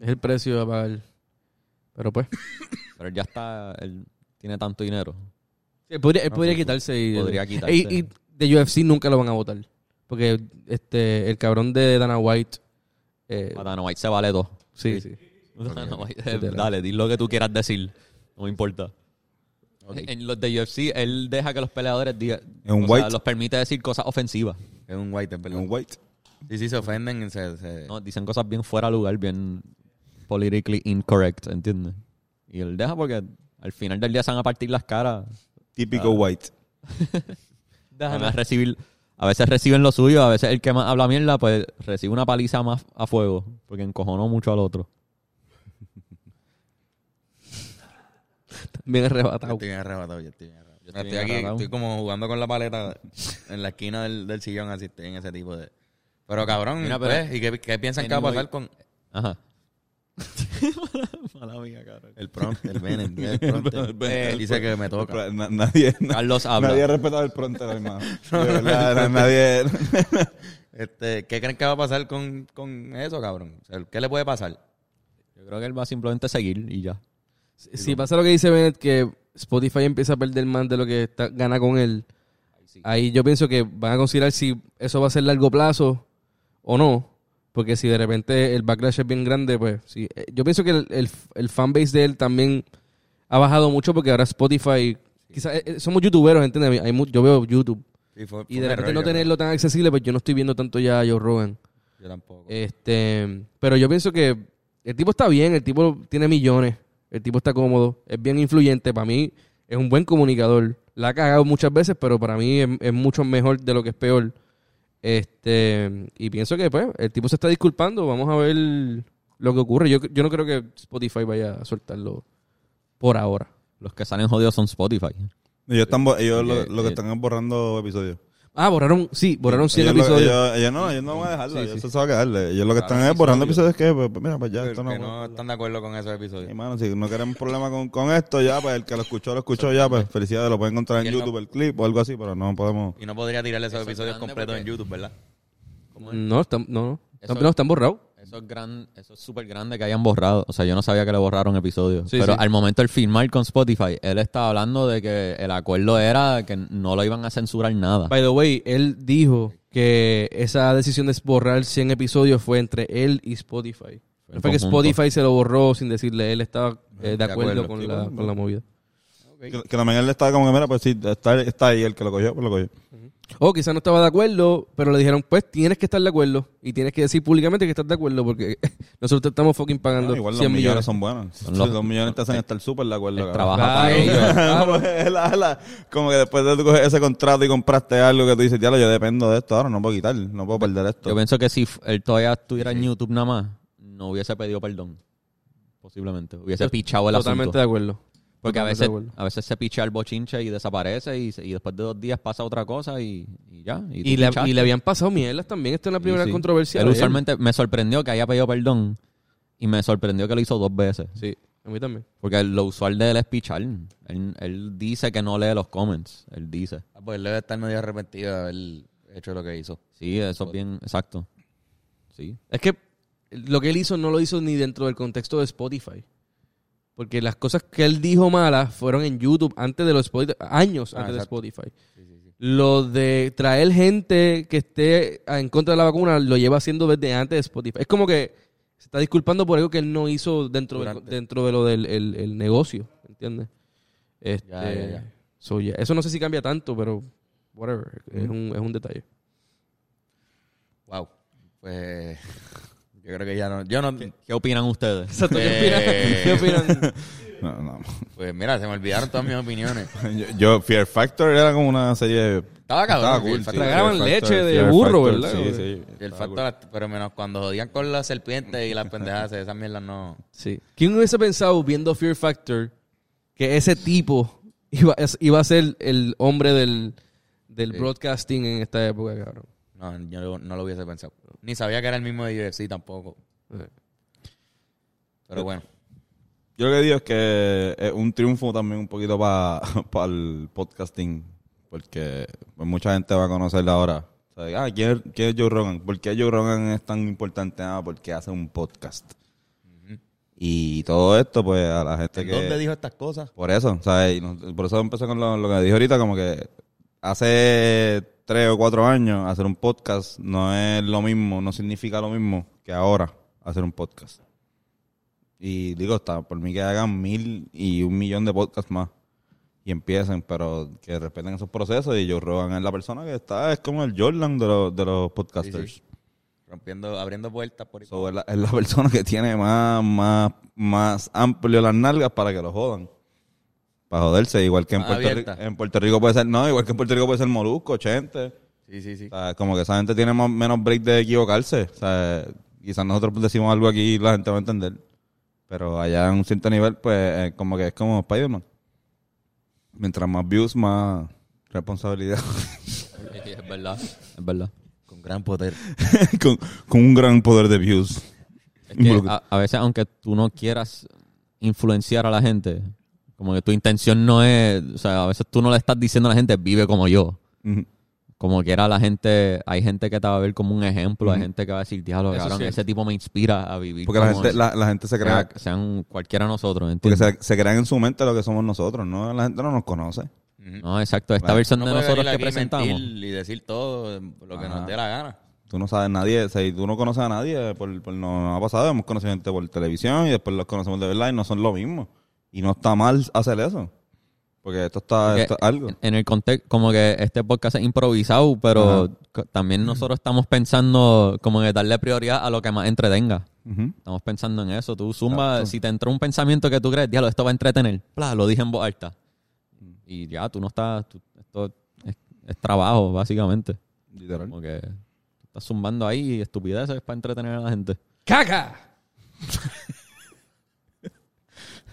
S2: Es el precio a pagar. Pero pues.
S5: Pero él ya está, él tiene tanto dinero.
S2: Él podría, él podría quitarse y.
S5: Ah, pues, Podría quitarse.
S2: Y, y de UFC nunca lo van a votar. Porque este, el cabrón de Dana White. eh,
S5: Para White se vale todo.
S2: sí, sí.
S5: Dana White, eh, dale, di lo que tú quieras decir. No me importa. En los de UFC, él deja que los peleadores digan,
S4: En un
S5: o sea,
S4: White.
S5: los permite decir cosas ofensivas.
S3: Es un white, es verdad.
S4: Un white.
S3: Y si se ofenden, se. se-
S5: No, dicen cosas bien fuera de lugar, bien politically incorrect, ¿entiendes? Y él deja porque al final del día se van a partir las caras.
S4: Típico white.
S5: Van a recibir, a veces reciben lo suyo, a veces el que más habla mierda, pues recibe una paliza más a fuego, porque encojonó mucho al otro.
S2: Bien
S3: Yo
S2: arrebatado.
S3: estoy bien arrebatado, yo estoy bien arrebatado.
S5: estoy
S3: Estoy
S5: bien
S3: aquí,
S5: arrebatado.
S3: estoy como jugando con la paleta en la esquina del, del sillón, así estoy en ese tipo de. Pero cabrón,
S5: Mira, pero-
S3: pues, ¿y qué, qué piensan que va a
S5: Anyway.
S3: pasar con
S5: Ajá. Mala mía, cabrón.
S3: el prompt, el Bennett? El prompt,
S4: El Eh, Bennett, el
S3: dice que me toca.
S4: Na- nadie, na-
S5: Carlos habla.
S4: nadie ha respetado el pronto, hermano. De verdad, na- nadie.
S3: Este, ¿Qué creen que va a pasar con, con eso, cabrón? O sea, ¿Qué le puede pasar?
S5: Yo creo que él va simplemente a seguir y ya.
S2: Si- Si pasa lo que dice Bennett, que Spotify empieza a perder más de lo que está- gana con él, ahí yo pienso que van a considerar si eso va a ser largo plazo o no. Porque si de repente el backlash es bien grande, pues sí. Eh, Yo pienso que el, el, el fanbase de él también ha bajado mucho porque ahora Spotify. Quizás eh, eh, somos youtuberos, ¿entiendes? Hay mu- yo veo YouTube.
S3: Sí, fue- fue
S2: Y
S3: un
S2: de repente
S3: error,
S2: no
S3: yo creo.
S2: tenerlo tan accesible, pues yo no estoy viendo tanto ya a Joe Rogan.
S3: Yo tampoco.
S2: Este, pero yo pienso que el tipo está bien, el tipo tiene millones, el tipo está cómodo, es bien influyente. Para mí es un buen comunicador. La ha cagado muchas veces, pero para mí es, es mucho mejor de lo que es peor. Este, y pienso que pues el tipo se está disculpando. Vamos a ver lo que ocurre. Yo, yo no creo que Spotify vaya a soltarlo por ahora.
S5: Los que salen jodidos son Spotify.
S4: Ellos, están, bo- ellos lo,
S5: Oye,
S4: lo
S5: oye.
S4: que están es borrando episodios.
S2: Ah, borraron, sí, borraron 100
S4: ellos, lo-
S2: episodios.
S4: ellos- ellos no, ellos no van a dejarlo.
S2: Sí,
S4: ellos
S2: sí.
S4: eso se va a quedarle. Ellos lo que
S3: Claro,
S4: están es
S3: sí,
S4: borrando
S3: sí,
S4: episodios que, pues, mira, pues ya,
S3: Porque
S4: esto no.
S3: no,
S4: bueno.
S3: están de acuerdo con esos episodios.
S4: Y, mano, si no queremos problema con, con esto, ya, pues el que lo escuchó, lo escuchó ya, pues felicidades, lo pueden encontrar
S3: Y
S4: en
S3: él no-
S4: YouTube, el clip o algo así, pero no podemos.
S3: Y no podría tirarle esos
S5: Eso es
S3: episodios
S5: grande
S3: completos en
S5: porque-
S3: YouTube, ¿verdad?
S2: No, están, no, no. Están-
S5: Eso-
S2: no, están borrados.
S5: Eso es gran, eso es súper grande que hayan borrado. O sea, yo no sabía que le borraron episodios.
S2: Sí,
S5: pero
S2: sí.
S5: al momento del filmar con Spotify, él estaba hablando de que el acuerdo era que no lo iban a censurar nada.
S2: By the way, él dijo que esa decisión de borrar 100 episodios fue entre él y Spotify. No
S5: En
S2: fue que
S5: conjunto.
S2: Spotify se lo borró sin decirle, él estaba eh, de,
S3: De
S2: acuerdo,
S3: acuerdo,
S2: con,
S3: sí,
S2: la,
S4: bueno.
S2: con la movida.
S4: Que, que también él está como que, mira, pues sí, está, está ahí el que lo cogió, pues lo cogió.
S2: O quizás Oh, no estaba de acuerdo, pero le dijeron, pues tienes que estar de acuerdo y tienes que decir públicamente que estás de acuerdo porque nosotros te estamos fucking pagando
S4: Ah, igual los
S2: 100
S4: millones,
S2: millones.
S4: son buenos.
S5: Son los-
S4: los, millones te hacen estar súper de acuerdo.
S5: El
S4: cabrón.
S5: trabajo
S2: Claro.
S5: para ellos.
S4: Como que la- la- como que después de tú coger ese contrato y compraste algo que tú dices, ya yo dependo de esto ahora, no puedo quitar, no puedo perder esto.
S5: Yo pienso que si f- él todavía estuviera en YouTube nada más, no hubiese pedido perdón. Posiblemente. Hubiese
S2: Yo-
S5: pichado el
S2: Totalmente
S5: asunto.
S2: de acuerdo.
S5: Porque a
S2: Totalmente
S5: veces,
S2: de acuerdo.
S5: a veces se picha el bochinche y desaparece y, se- y después de dos días pasa otra cosa y, y ya. tú
S2: Y le,
S5: pichaste.
S2: y le habían pasado mierdas también. Esta es la primera
S5: Sí, sí.
S2: controversia.
S5: Él
S2: de él.
S5: usualmente me sorprendió que haya pedido perdón y me sorprendió que lo hizo dos veces.
S2: Sí, a mí también.
S5: Porque lo usual de él es pichar. Él, él dice que no lee los comments. Él dice.
S3: Ah, pues él debe estar medio arrepentido de haber hecho lo que hizo.
S5: Sí, eso es bien exacto. Sí.
S2: Es que lo que él hizo no lo hizo ni dentro del contexto de Spotify. Porque las cosas que él dijo malas fueron en YouTube antes de los Spotify, años
S3: Ah,
S2: antes
S3: exacto.
S2: de Spotify. Lo de traer gente que esté en contra de la vacuna lo lleva haciendo desde antes de Spotify. Es como que se está disculpando por algo que él no hizo dentro, del-
S3: Durante.
S2: dentro de lo del el- el negocio, ¿entiendes? Este,
S3: Ya, ya, ya.
S2: so, ya. Eso no sé si cambia tanto, pero whatever, es, un, es un detalle.
S3: Wow. Pues yo creo que ya no. Yo no.
S5: ¿Qué opinan ustedes?
S3: Eh,
S2: ¿Qué opinan?
S4: No, no.
S3: Pues mira, se me olvidaron todas mis opiniones.
S4: Yo, yo- Fear Factor era como una serie de...
S3: Estaba cabrón.
S4: Estaba
S3: el
S4: cool,
S3: Ah, Factor.
S4: sí,
S2: Tragaban
S4: Fear Factor,
S2: leche de
S4: Fear
S2: burro,
S4: Factor,
S2: ¿verdad?
S4: Sí, sí.
S3: El
S4: estaba cool.
S3: factor, pero menos cuando jodían con las serpientes y las pendejadas, esas mierdas no.
S2: Sí. ¿Quién hubiese pensado viendo Fear Factor que ese tipo iba, es- iba a ser el hombre del, del
S3: Sí.
S2: broadcasting en esta época, cabrón?
S3: No, yo no- no lo hubiese pensado. Ni sabía que era el mismo de UFC tampoco. Pero bueno.
S4: Yo lo que digo es que es un triunfo también un poquito para el podcasting, porque pues, mucha gente va a conocerla ahora. O sea, ah, ¿quién, es- quién es Joe Rogan? ¿Por qué Joe Rogan es tan importante? Ah, porque hace un podcast. Y todo esto, pues, a la gente que...
S3: ¿Dónde dijo estas cosas?
S4: Por eso, ¿sabes? Y nos- por eso empecé con lo, lo que dije ahorita, como que hace tres o cuatro años hacer un podcast no es lo mismo, no significa lo mismo que ahora hacer un podcast. Y digo, está, por mí que hagan mil y un millón de podcasts más y empiecen, pero que respeten esos procesos y yo roban es la persona que está, es como el Jordan de, los- de los podcasters.
S3: Sí, Rompiendo, abriendo puertas por ahí.
S4: So, es, la, es la persona que tiene más, más, más amplio las nalgas para que lo jodan. Para joderse, igual que en
S3: Más
S4: Puerto, Rico,
S3: abierta.
S4: en Puerto Rico puede ser, no, igual que en Puerto Rico puede ser Molusco, Chente.
S3: Sí, sí, sí.
S4: O sea, como que esa gente tiene más- menos break de equivocarse. O sea, quizás nosotros pues decimos algo aquí y la gente va a entender. Pero allá en un cierto nivel, pues, eh, como que es como Spider-Man. Mientras más views, más responsabilidad.
S5: es verdad. Es verdad.
S3: Con gran poder.
S4: con, con un gran poder de views.
S5: Es que a, a veces, aunque tú no quieras influenciar a la gente, como que tu intención no es. O sea, a veces tú no le estás diciendo a la gente, vive como yo.
S4: Ujú.
S5: Como que era la gente. Hay gente que te va a ver como un ejemplo. Hay
S4: Ujú.
S5: gente que va a decir, diablo,
S2: Eso
S5: cabrón,
S2: sí.
S5: ese tipo me inspira a vivir.
S4: Porque la
S5: como
S4: gente,
S5: él".
S4: la, la gente se crea
S5: Sea- sean cualquiera de nosotros,
S4: Porque
S5: ¿entiendes?
S4: se, se crean en su mente lo que somos nosotros, ¿no? La gente no nos conoce.
S3: Ujú.
S5: No, exacto. Esta
S4: Claro.
S5: versión
S3: No
S5: de
S3: puede
S5: nosotros
S3: venir aquí
S5: que presentamos.
S3: mentir Y decir todo lo que
S4: Ajá.
S3: nos dé la gana.
S4: Tú no sabes nadie, o sea, y tú no conoces a nadie, por, por- no, no ha pasado, hemos conocido gente por televisión y después los conocemos de verdad y no son lo mismo. Y no está mal hacer eso. Porque esto está,
S5: Porque
S4: Ah, esto es algo.
S5: En el contexto, como que este podcast es improvisado, pero co- también nosotros estamos pensando como en darle prioridad a lo que más entretenga.
S4: Ujú.
S5: Estamos pensando en eso. Tú zumba, si te entró un pensamiento que tú crees, diablo, esto va a entretener. Pla, lo dije en voz alta.
S4: Mm.
S5: Y ya, tú no estás. tú- esto es, es trabajo, básicamente.
S4: Literal.
S5: Como que tú estás zumbando ahí estupideces para entretener a la gente.
S2: ¡Caca!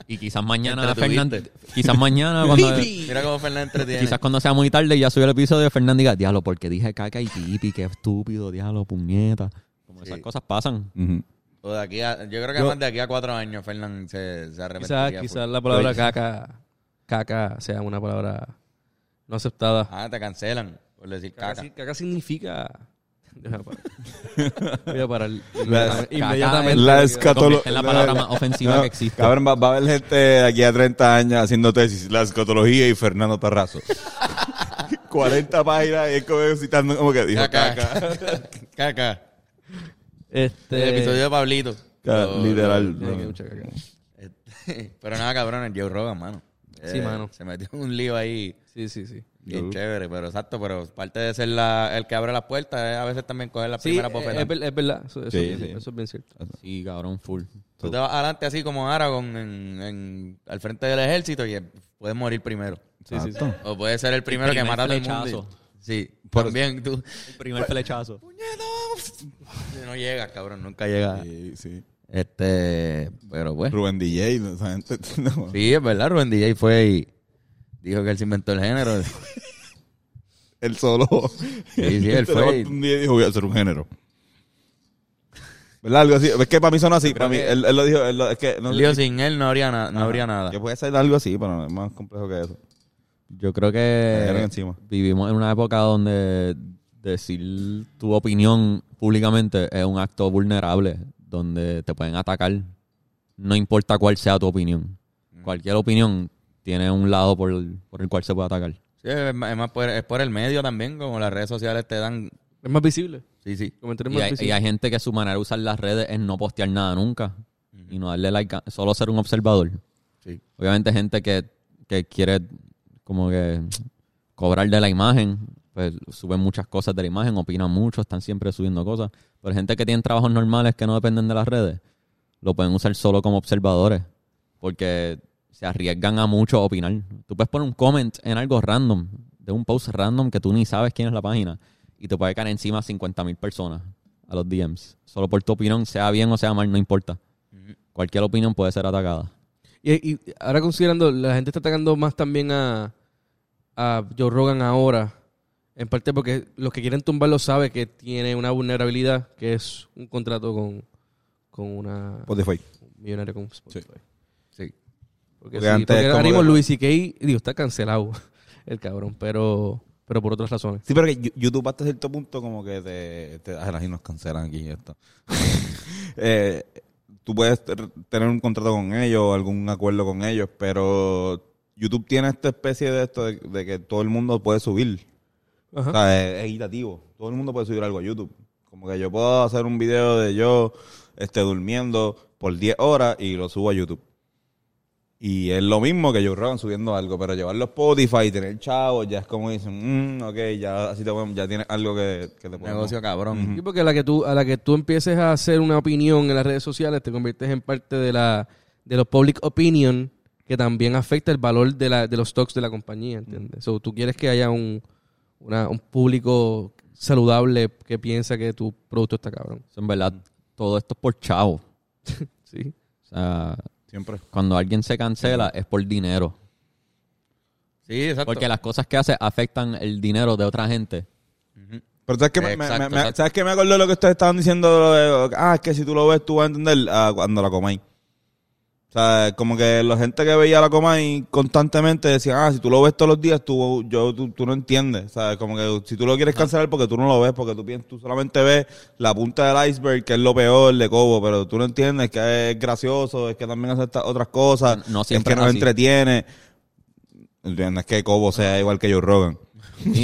S5: Y quizás mañana,
S3: Entretuviste.
S5: Fernández. Quizás mañana, cuando.
S3: Mira cómo Fernández entretiene.
S5: Quizás cuando sea muy tarde y ya subió el episodio de Fernández diga, diablo, porque dije caca y pipi, qué estúpido, diablo, puñeta. Como esas cosas pasan.
S4: Ujú.
S3: O de aquí a- yo creo que más de aquí a cuatro años Fernández se, se arrepentiría.
S2: Quizás
S3: full.
S2: quizás la palabra caca, caca sea una palabra no aceptada.
S3: Ah, te cancelan por decir
S2: Caca,
S3: caca.
S2: si- caca significa. Déjame parar. Voy a parar.
S4: La-
S2: Inmediatamente.
S4: La
S5: Convierte
S4: escatología.
S5: en la palabra más ofensiva que existe.
S4: Cabrón, va, va a haber gente de aquí a 30 años haciendo tesis. La escatología y Fernando Tarrazo. 40 páginas y él como citando como que dijo
S3: Caca.
S4: caca.
S3: Caca.
S2: Este.
S3: El episodio de Pablito.
S4: Ca-
S3: Lo-
S4: literal.
S2: Tiene que
S4: no.
S2: escuchar caca.
S3: Este, pero nada, cabrón, el Joe Rogan, mano. Eh,
S2: Sí, mano.
S3: Se metió en un lío ahí.
S2: Sí, sí, sí.
S3: Bien chévere, pero exacto, pero parte de ser la, el que abre las puertas es a veces también coger la
S2: Sí,
S3: primera
S2: eh,
S3: bofetada.
S2: es, ver- es verdad. Eso, eso
S4: Sí,
S2: es bien-
S4: sí.
S2: eso es bien cierto.
S5: Sí, cabrón, full.
S3: Tú te vas adelante así como Aragón en, en- al frente del ejército y eh, puedes morir primero.
S2: Sí, sí, sí.
S3: O puedes ser el primero que
S5: primer
S3: mata a todo el mundo.
S5: flechazo.
S3: y- Sí,
S4: Por-
S3: también tú.
S5: El primer flechazo.
S3: Y No llegas, cabrón, nunca llegas.
S4: Sí, sí.
S3: Este, pero bueno.
S4: Rubén DJ, ¿no? esa gente. no.
S3: Sí, es verdad, Rubén DJ fue y dijo que él se inventó el género.
S4: Él solo.
S3: sí, él
S4: Se
S3: fue
S4: levantó
S3: y-
S4: Un día y dijo, voy a hacer un género. ¿Verdad? Algo así. Es que para mí son así. Para mí, él, él lo dijo. él lo- es que no
S3: Él
S4: sé
S3: dijo,
S4: si-
S3: sin él no habría, na- no habría nada.
S4: Yo voy a hacer algo así, pero no, es más complejo que eso.
S5: Yo creo
S4: Cayeron
S5: que
S4: encima.
S5: vivimos en una época donde decir tu opinión públicamente es un acto vulnerable, donde te pueden atacar, no importa cuál sea tu opinión. Cualquier opinión tiene un lado por el, por el cual se puede atacar.
S3: Sí, es más es más por, es por el medio también, como las redes sociales te dan.
S2: Es más visible.
S3: Sí, sí.
S2: Comentarios
S5: Y
S2: más
S5: hay, y
S2: visibles.
S5: hay gente que su manera de usar las redes es no postear nada nunca y no darle like, a- solo ser un observador.
S3: Sí.
S5: Obviamente gente que, que quiere como que cobrar de la imagen, pues suben muchas cosas de la imagen, opinan mucho, están siempre subiendo cosas. Pero gente que tiene trabajos normales que no dependen de las redes, lo pueden usar solo como observadores, porque se arriesgan a mucho a opinar. Tú puedes poner un comment en algo random, de un post random que tú ni sabes quién es la página, y te puede caer encima 50 mil personas a los DMs. Solo por tu opinión, sea bien o sea mal, no importa. Cualquier opinión puede ser atacada.
S2: Y, y ahora considerando, la gente está atacando más también a, a Joe Rogan ahora. En parte porque los que quieren tumbarlo sabe que tiene una vulnerabilidad, que es un contrato con, con una
S4: Spotify.
S2: un millonario con Spotify.
S3: Sí.
S2: Porque,
S4: Porque
S2: sí,
S4: antes
S2: porque
S4: como
S2: ahora mismo
S4: que-
S2: Luis C.K. digo, está cancelado el cabrón, pero, pero por otras razones.
S4: Sí, pero que Yu- YouTube hasta cierto punto como que te... te ah, las y nos cancelan aquí esto. Eh, tú puedes ter- tener un contrato con ellos, o algún acuerdo con ellos, pero YouTube tiene esta especie de esto de, de que todo el mundo puede subir. O sea, es, es equitativo. Todo el mundo puede subir algo a YouTube. Como que yo puedo hacer un video de yo este, durmiendo por 10 horas y lo subo a YouTube. Y es lo mismo que Joe Rogan subiendo algo, pero llevarlo a Spotify y tener chavos, ya es como dicen, mm, ok, ya así te podemos- ya tienes algo que, que te podemos-
S3: Negocio cabrón.
S2: Sí, porque a la que tú, a la que tú empieces a hacer una opinión en las redes sociales, te conviertes en parte de la, de los public opinion, que también afecta el valor de la, de los stocks de la compañía, ¿entiendes? So, tú quieres que haya un, una- un público saludable que piensa que tu producto está cabrón.
S5: Eso, en verdad, todo esto es por chavo.
S2: Sí.
S5: O sea,
S4: Siempre.
S5: cuando alguien se cancela es por dinero.
S3: Sí, exacto.
S5: Porque las cosas que hace afectan el dinero de otra gente.
S4: Pero ¿sabes qué me, me-
S3: Exacto,
S4: me-
S3: exacto.
S4: ¿sabes qué me acordó de lo que ustedes estaban diciendo? de lo de, ah, es que si tú lo ves, tú vas a entender ah, cuando la comáis. O sea, como que la gente que veía la comáis constantemente decía, ah, si tú lo ves todos los días, tú, yo, tú, tú no entiendes. O sea, como que si tú lo quieres cancelar porque tú no lo ves, porque tú, piensas, tú solamente ves la punta del iceberg, que es lo peor de Cobo, pero tú no entiendes que es gracioso, es que también hace estas otras cosas,
S5: No
S4: es que
S5: siempre es
S4: nos
S5: así.
S4: entretiene. ¿Entiendes? No es que Cobo sea igual que Joe Rogan.
S5: Y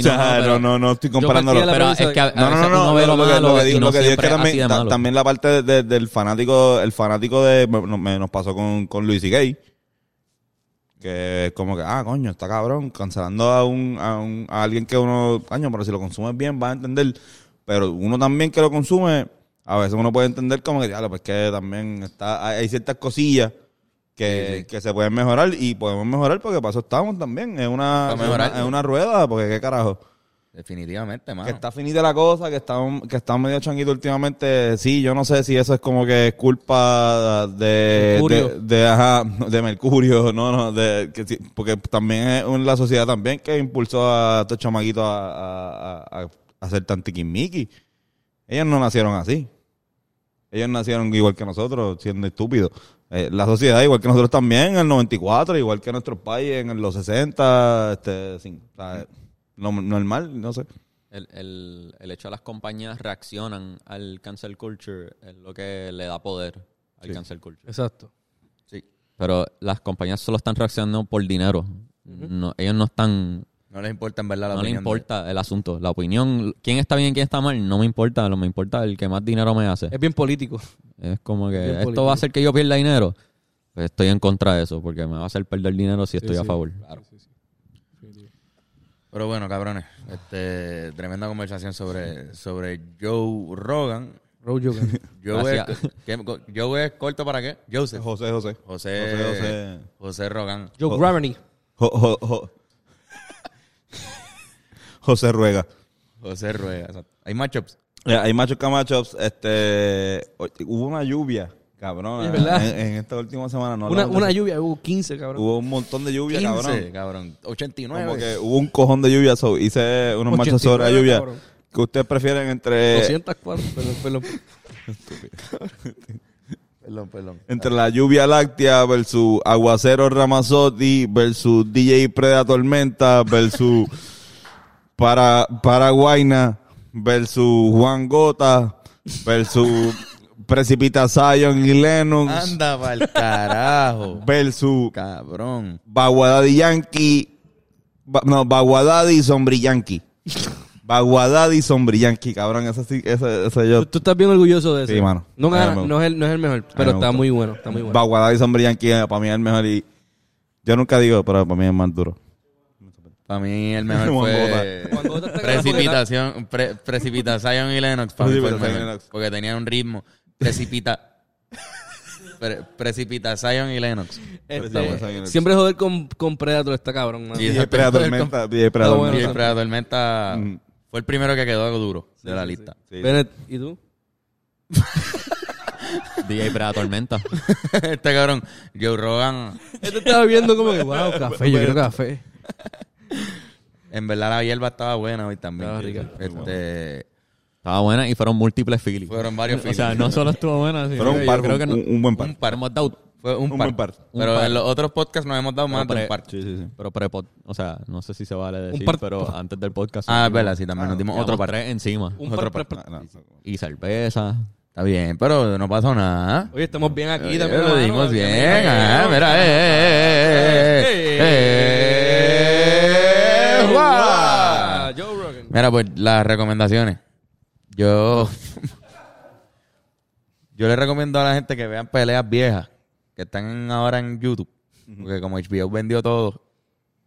S4: o sea,
S5: pero-
S4: no, no, no estoy comparando
S2: partía de la
S5: Pero
S2: premisa
S5: es que a, a
S4: No, no,
S5: veces
S4: no, no.
S5: uno ve lo,
S4: que-
S5: malo
S4: que
S5: y
S4: digo-
S5: no
S4: lo que digo es
S5: siempre
S4: que
S5: es así
S4: también,
S5: de
S4: ta-
S5: malo.
S4: también la parte de- de- del fanático, el fanático de me, no- me nos pasó con, con Luis y Gay. Que es como que, ah, coño, está cabrón, cancelando a un, a un- a alguien que uno, coño, pero si lo consumes bien, va a entender. Pero uno también que lo consume, a veces uno puede entender como que, diablo, pues que también está, hay, hay ciertas cosillas que, que se pueden mejorar y podemos mejorar porque para eso estamos también. Es una,
S3: Para
S4: es una,
S3: mejorar.
S4: es una rueda, porque qué carajo.
S3: Definitivamente, mano.
S4: Que está finita la cosa, que está, que está medio changuito últimamente. Sí, yo no sé si eso es como que es culpa de.
S2: Mercurio.
S4: De, de, ajá, de Mercurio, no, no. De, que sí, porque también es un- la sociedad también que impulsó a estos chamaquitos a, a, a, a hacer tan tiquismiqui. Ellos no nacieron así. Ellos nacieron igual que nosotros, siendo estúpidos. Eh, la sociedad, igual que nosotros también, en el 94, igual que nuestros países en los 60, este, sin- o sea, no- normal, no sé.
S5: El, el, el hecho de las compañías reaccionan al cancel culture es lo que le da poder al cancel culture.
S2: Exacto.
S5: Pero las compañías solo están reaccionando por dinero. no, ellos no están...
S3: No les importa en verdad la
S5: No le
S3: opinión de-
S5: importa el asunto, la opinión. ¿Quién está bien, quién está mal? No me importa, no me importa el que más dinero me hace.
S2: Es bien político.
S5: Es como que
S2: Bien
S5: esto
S2: político.
S5: va a hacer que yo pierda dinero. Pues estoy en contra de eso, porque me va a hacer perder dinero si estoy
S2: Sí,
S5: a
S2: sí.
S5: favor.
S3: Pero bueno, cabrones. Este, tremenda conversación sobre, sobre Joe Rogan.
S2: Road Joker.
S3: Joe es,
S5: Gracias.
S3: ¿qué- Joe es corto para qué? Joseph.
S4: José, José.
S3: José,
S4: José,
S3: José,
S4: José.
S3: Rogan.
S4: Oh.
S2: Joe Gravity.
S4: Jo- jo- jo- José Ruega.
S3: José Rueda. exacto. Hay matchups.
S4: Eh, Hay machos camachos. Este, hoy- hubo una lluvia, cabrón.
S2: Es verdad.
S4: En, en esta última semana. No Uh,
S2: una,
S4: hablamos
S2: una
S4: de-
S2: lluvia, hubo 15, cabrón.
S4: Hubo un montón de lluvia,
S3: 15,
S4: cabrón.
S3: cabrón. 89.
S4: Como que hubo un cojón de lluvia. so, hice unos machos sobre la
S2: 89,
S4: lluvia.
S2: cabrón.
S4: Que ustedes prefieren entre,
S2: 204, perdón, perdón.
S3: Perdón, perdón.
S4: entre la lluvia láctea versus Aguacero Ramazotti versus DJ Preda Tormenta versus para, Paraguayna versus Juan Gota versus Precipita Zion y Lennox
S3: Anda pa'l carajo.
S4: versus
S3: cabrón.
S4: Baguadaddy Yankee. Ba- no, Baguadaddy Sombrillanqui. Baguadaddy Sombrillanqui, cabrón. Esa sí, esa, esa yo.
S2: Tú, tú estás bien orgulloso de eso.
S4: Sí, mano.
S2: No,
S4: A mí
S2: gana-
S4: me gusta.
S2: no, es el, no es el mejor, pero
S4: me
S2: está
S4: gusta.
S2: muy bueno. Está muy bueno.
S4: Baguadaddy Sombrillanqui eh, para mí es el mejor y. Yo nunca digo, pero para mí es más duro.
S3: Para mí el mejor
S4: Juan
S3: fue
S2: Juan Gota está
S3: precipitación, pre- precipita Zion y Lennox para mí fue el
S4: Precipita, Zion y
S3: mejor,
S4: Lennox.
S3: porque tenían un ritmo precipita pre- precipita Zion y Lennox.
S4: Está bueno, está
S2: Este,
S4: bien.
S2: siempre joder con, con Predator está cabrón, mano.
S3: Sí.
S4: DJ Preda Tormenta. DJ Preda
S2: Está bueno.
S3: Y
S4: Tormenta.
S3: el Predator Tormenta
S4: Mm.
S3: fue el primero que quedó duro de la
S2: sí,
S3: lista.
S4: Sí.
S2: Bennett, ¿y tú?
S5: DJ para la tormenta.
S3: este cabrón, Joe Rogan,
S2: Este estaba viendo como que, wow, café, yo quiero café.
S3: en verdad la hierba estaba buena hoy también.
S2: Estaba rica.
S3: Este,
S5: Estaba buena y fueron múltiples feelings.
S3: fueron varios
S5: O sea,
S3: feelings.
S5: no solo estuvo buena, sino
S4: Pero
S5: que
S4: un
S5: yo
S4: par,
S5: creo que
S4: un,
S5: no-
S4: un buen par.
S5: un par. Hemos dado,
S3: Fue un,
S4: Un
S3: par.
S4: buen par.
S5: Un
S3: Pero
S5: par.
S3: en los otros podcasts nos hemos dado más de
S5: pero-
S3: un par.
S4: Sí, sí, sí.
S5: pero prepod, o sea, no sé si se vale decir,
S2: par-
S5: pero antes del podcast.
S3: Ah, es
S5: hicimos-
S3: verdad, sí, también nos dimos
S5: llevamos
S3: otro par.
S5: tres encima.
S2: Un
S3: Otro
S2: par-
S4: Ah, no.
S5: Y cerveza.
S3: Está bien, pero no pasó nada.
S2: Oye, estamos bien aquí
S3: Eh,
S2: también.
S3: Lo
S2: mano.
S3: dimos bien.
S2: Mira,
S3: ah, mira, eh, eh, eh, eh, eh, eh, eh,
S2: Ah,
S3: guau.
S2: Joe Rogan.
S3: Mira, pues las recomendaciones. Yo. Yo le recomiendo a la gente que vean peleas viejas que están en- ahora en YouTube. Porque como HBO vendió todo,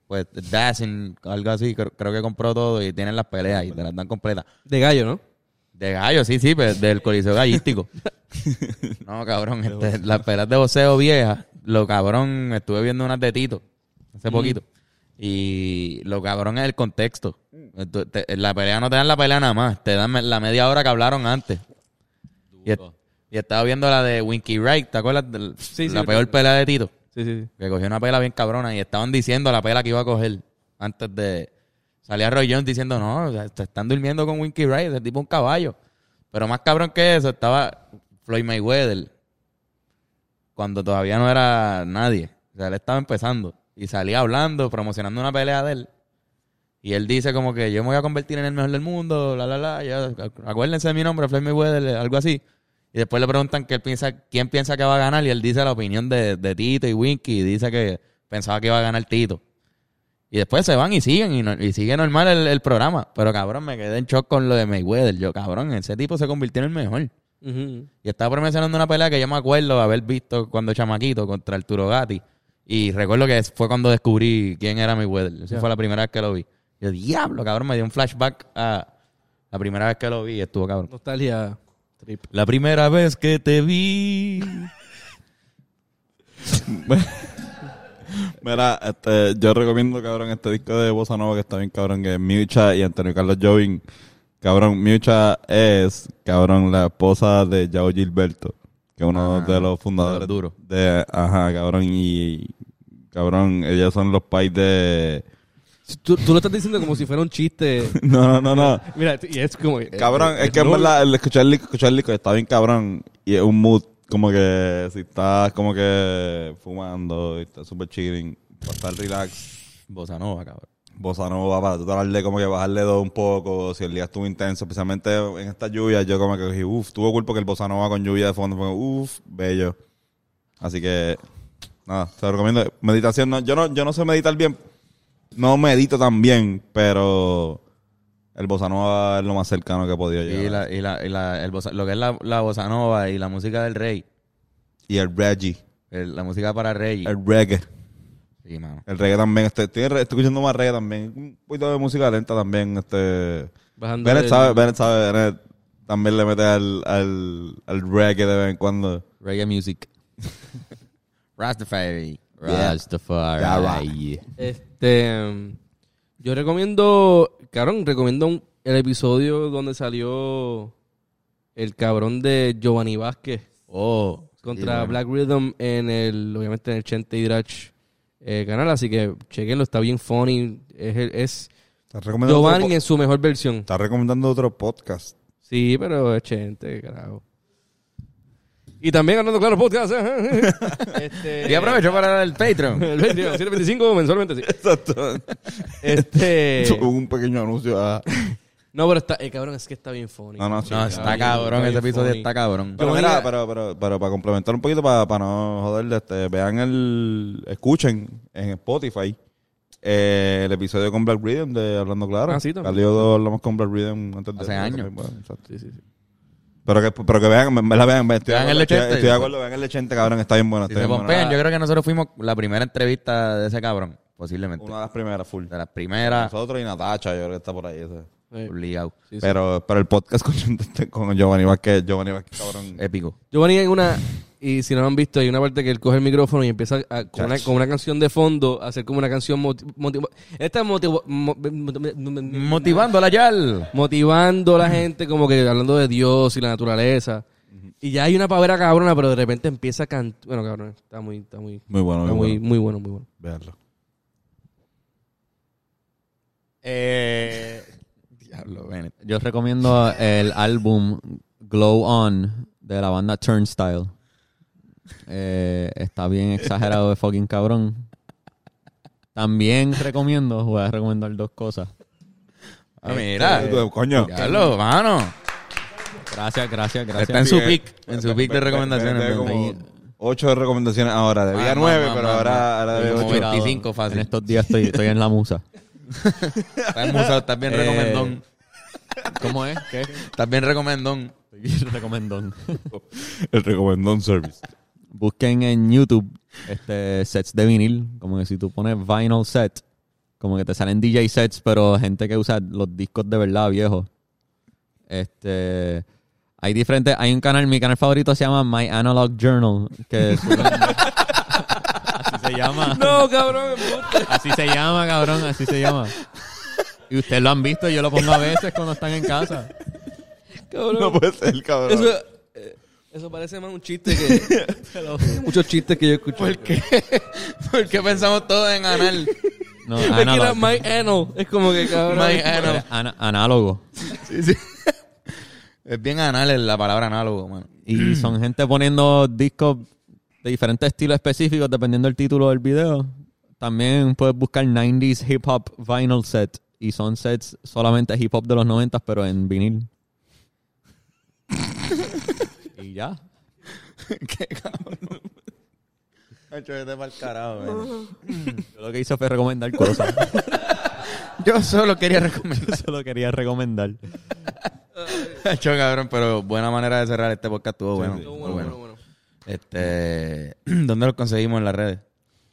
S3: pues Dazn, algo así, creo, creo que compró todo y tienen las peleas y te las dan completas.
S2: De gallo, ¿no?
S3: De gallo, sí, sí, pero del coliseo gallístico. no, cabrón, este, las pelas de boxeo vieja, lo cabrón, estuve viendo unas de Tito hace
S2: Mm.
S3: poquito. Y lo cabrón es el contexto. Tú- te- la pelea no te dan la pelea nada más, te dan me- la media hora que hablaron antes. Y, est- y estaba viendo la de Winky Wright, ¿te acuerdas? del-
S2: Sí, sí,
S3: la
S2: me
S3: peor
S2: acuerdo.
S3: pelea de Tito.
S2: Sí, sí, sí.
S3: Que cogió una pela bien cabrona y estaban diciendo la pela que iba a coger antes de. Salía Roy Jones diciendo, no, o sea, te están durmiendo con Winky Wright, ese tipo es un caballo. Pero más cabrón que eso, estaba Floyd Mayweather cuando todavía no era nadie. O sea, él estaba empezando y salía hablando, promocionando una pelea de él. Y él dice como que yo me voy a convertir en el mejor del mundo, la, la, la. ya, acu- acuérdense de mi nombre, Floyd Mayweather, algo así. Y después le preguntan qué él piensa, quién piensa que va a ganar y él dice la opinión de, de Tito y Winky y dice que pensaba que iba a ganar Tito. Y después se van y siguen, y, no- y sigue normal el, el programa. Pero cabrón, me quedé en shock con lo de Mayweather. Yo, cabrón, ese tipo se convirtió en el mejor.
S2: Ujú.
S3: Y estaba promocionando una pelea que yo me acuerdo haber visto cuando chamaquito contra Arturo Gatti. Y recuerdo que fue cuando descubrí quién era Mayweather. Esa fue la primera vez que lo vi. Yo, diablo, cabrón, me dio un flashback a la primera vez que lo vi. y Estuvo cabrón.
S2: Nostalgia trip.
S3: La primera vez que te vi.
S4: Mira, este, yo recomiendo, cabrón, este disco de Bossa Nova que está bien, cabrón, que es Miucha y Antonio Carlos Jovin. Cabrón, Miucha es, cabrón, la esposa de Yao Gilberto, que es uno
S3: Ajá,
S4: de los fundadores.
S3: de los duros.
S4: de- ajá, cabrón, y, cabrón, ellas son los pais de...
S2: Tú, tú lo estás diciendo como si fuera un chiste.
S4: No, no, no, no.
S2: Mira, y es como.
S4: Eh,
S2: eh,
S4: Cabrón,
S3: eh,
S4: es que en
S2: no-
S4: verdad, el escuchar el disco, escuchar el disco está bien cabrón. Y es un mood como que si estás como que fumando y estás super chilling, para estar relax,
S3: Bossa Nova, cabrón.
S4: bossa nova, para tú tratar de como que bajarle dos un poco, si el día estuvo intenso, especialmente en esta lluvia, yo como que dije, uff, tuvo culpa que el bossa nova con lluvia de fondo fue uff, bello. Así que, nada, te lo recomiendo. Meditación, no, yo no, yo no sé meditar bien, no medito tan bien, pero el bossa nova es lo más cercano que he podido llegar.
S3: Y, la, y, la, y la- el bossa- lo que es la, la Bossa Nova y la música del rey.
S4: Y el reggae.
S3: el- la música para rey.
S4: El reggae.
S3: Sí, mano.
S4: El reggae también. Este, estoy, estoy escuchando más reggae también. Un poquito de música lenta también. Este.
S2: Bajando
S4: Bennett
S2: el-
S4: sabe, Bennett sabe, Bennett también le mete al, al, al reggae de vez en cuando.
S5: Reggae music.
S3: Rastafari.
S5: Rastafari.
S4: Yeah,
S2: Este. mm, Yo recomiendo. Cabrón, recomiendo un- el episodio donde salió el cabrón de Giovanni Vázquez
S3: Oh.
S2: contra Black Rhythm en el. Obviamente en el Chente Hidrach eh, canal. Así que chequenlo, está bien funny. Es, el- es
S4: Estás recomendando,
S2: Giovanni en su mejor versión.
S4: Está recomendando otro podcast.
S2: Sí, pero es Chente, carajo. Y también ganando claro podcast. ¿eh? este,
S3: Y aprovecho para dar el Patreon.
S2: El 20, 725 mensualmente, sí.
S4: Exacto.
S2: Este.
S4: Un pequeño anuncio. ah.
S2: No, pero está. Eh, cabrón, es que está bien funny.
S4: No, no, sí.
S3: No, está cabrón. Ese episodio está cabrón.
S4: Pero
S2: Giovanni-
S4: mira, pero, pero, pero para complementar un poquito, para, para no joderle, este, vean el. Escuchen en Spotify eh, el episodio con Black Rhythm de Hablando Claro.
S2: Ah, sí, también.
S4: Salió dos- hablamos con Black Rhythm antes de.
S3: Hace
S4: eso
S3: años.
S4: también, bueno, exacto.
S2: Sí, sí, sí.
S4: Pero que, pero que vean, me- me la vean, estoy, de
S3: Vean
S4: acuerdo,
S3: el
S4: estoy-
S3: Lechente.
S4: estoy de acuerdo, vean el lechente, cabrón, está bien bueno.
S3: Si
S4: está
S3: se
S4: bien bueno.
S3: pompean,
S4: Ah,
S3: yo creo que nosotros fuimos la primera entrevista de ese cabrón. Posiblemente.
S4: Una de las primeras, full.
S3: De las primeras.
S4: Nosotros y Natacha, yo creo que está por ahí. ese.
S2: Eh,
S3: Obligado.
S2: sí, sí.
S4: Pero, pero el podcast con, con Giovanni Vázquez, Giovanni Vázquez, cabrón.
S3: Épico.
S2: Giovanni en una. Y si no lo han visto, hay una parte que él coge el micrófono y empieza a- con, una, con una canción de fondo a hacer como una canción motiv, motiv- esta motiv- mo- mo-
S3: Motivando a la Yal.
S2: motivando a la gente, como que hablando de Dios y la naturaleza. Y ya hay una pavera cabrona, pero de repente empieza a cantar. Bueno, cabrón, está muy, está muy,
S4: Muy bueno,
S2: está
S4: muy,
S2: muy, muy bueno,
S4: bueno.
S2: muy bueno.
S4: Veanlo.
S3: Eh. Diablo, Bennett.
S5: Yo recomiendo el álbum Glow On de la banda Turnstile. Eh, está bien exagerado de fucking cabrón. También recomiendo, voy a recomendar dos cosas.
S3: Ah, mira.
S4: Eh, Coño.
S3: Diablo, mano.
S5: Gracias, gracias, gracias.
S3: Está en su
S4: Sí,
S3: pick.
S4: eh,
S3: En su pick de recomendaciones.
S4: Debe como
S5: ahí.
S4: Ocho de recomendaciones ahora. Debía
S3: Ah, no,
S4: nueve,
S3: no,
S4: pero
S3: no, no.
S4: ahora, ahora debe
S3: Como
S4: ocho.
S3: mira. 25 fácil.
S5: En estos días estoy, estoy en la musa.
S3: Está en museo, Estás bien
S5: Eh.
S3: recomendón.
S5: ¿Cómo es? ¿Qué?
S3: Estás bien recomendón.
S5: Estoy bien recomendón.
S4: El recomendón service.
S5: Busquen en YouTube este sets de vinil. Como que si tú pones vinyl set, como que te salen DJ sets, pero gente que usa los discos de verdad viejos. Este. Hay diferentes. Hay un canal, mi canal favorito se llama My Analog Journal. Que suben- así se llama.
S2: No, cabrón, embuste.
S5: Así se llama, cabrón, así se llama. Y ustedes lo han visto, yo lo pongo a veces cuando están en casa.
S2: cabrón.
S4: No puede ser, cabrón.
S2: Eso, eh, eso parece más un chiste que muchos chistes que yo Ah, escucho. Porque
S3: ¿Por qué pensamos todo en anal?
S5: No,
S2: era
S5: analog.
S2: my anal. Es como que cabrón.
S3: My anal.
S5: Ana- análogo.
S3: Es bien anal el- la palabra análogo, mano.
S5: Y son gente poniendo discos de diferentes estilos específicos dependiendo del título del video. También puedes buscar 90s hip hop vinyl set. Y son sets solamente hip hop de los 90s, pero en vinil. y ya.
S3: Qué cabrón. Nacho, vete pa'l carajo, eh.
S5: Yo lo que hice fue recomendar cosas.
S3: Yo solo quería recomendar.
S5: Solo quería recomendar.
S3: Nacho, cabrón, pero buena manera de cerrar este podcast. Estuvo bueno. estuvo
S2: Bueno, bueno, bueno.
S3: Este, ¿Dónde lo conseguimos en las redes?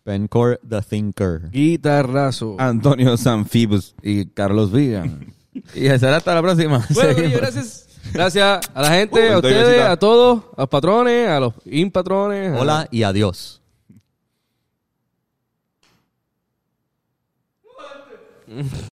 S5: Pencore the Thinker.
S2: Guitarrazo.
S4: Ah, Antonio Sanfibus y Carlos Vigan.
S3: Y será hasta la próxima.
S2: Bueno,
S3: Seguimos.
S2: corillo, gracias. Gracias a la gente,
S4: Uh,
S2: a
S4: entonces,
S2: ustedes,
S4: cosita.
S2: a todos, a los patrones, a los impatrones. a-
S5: Hola y adiós.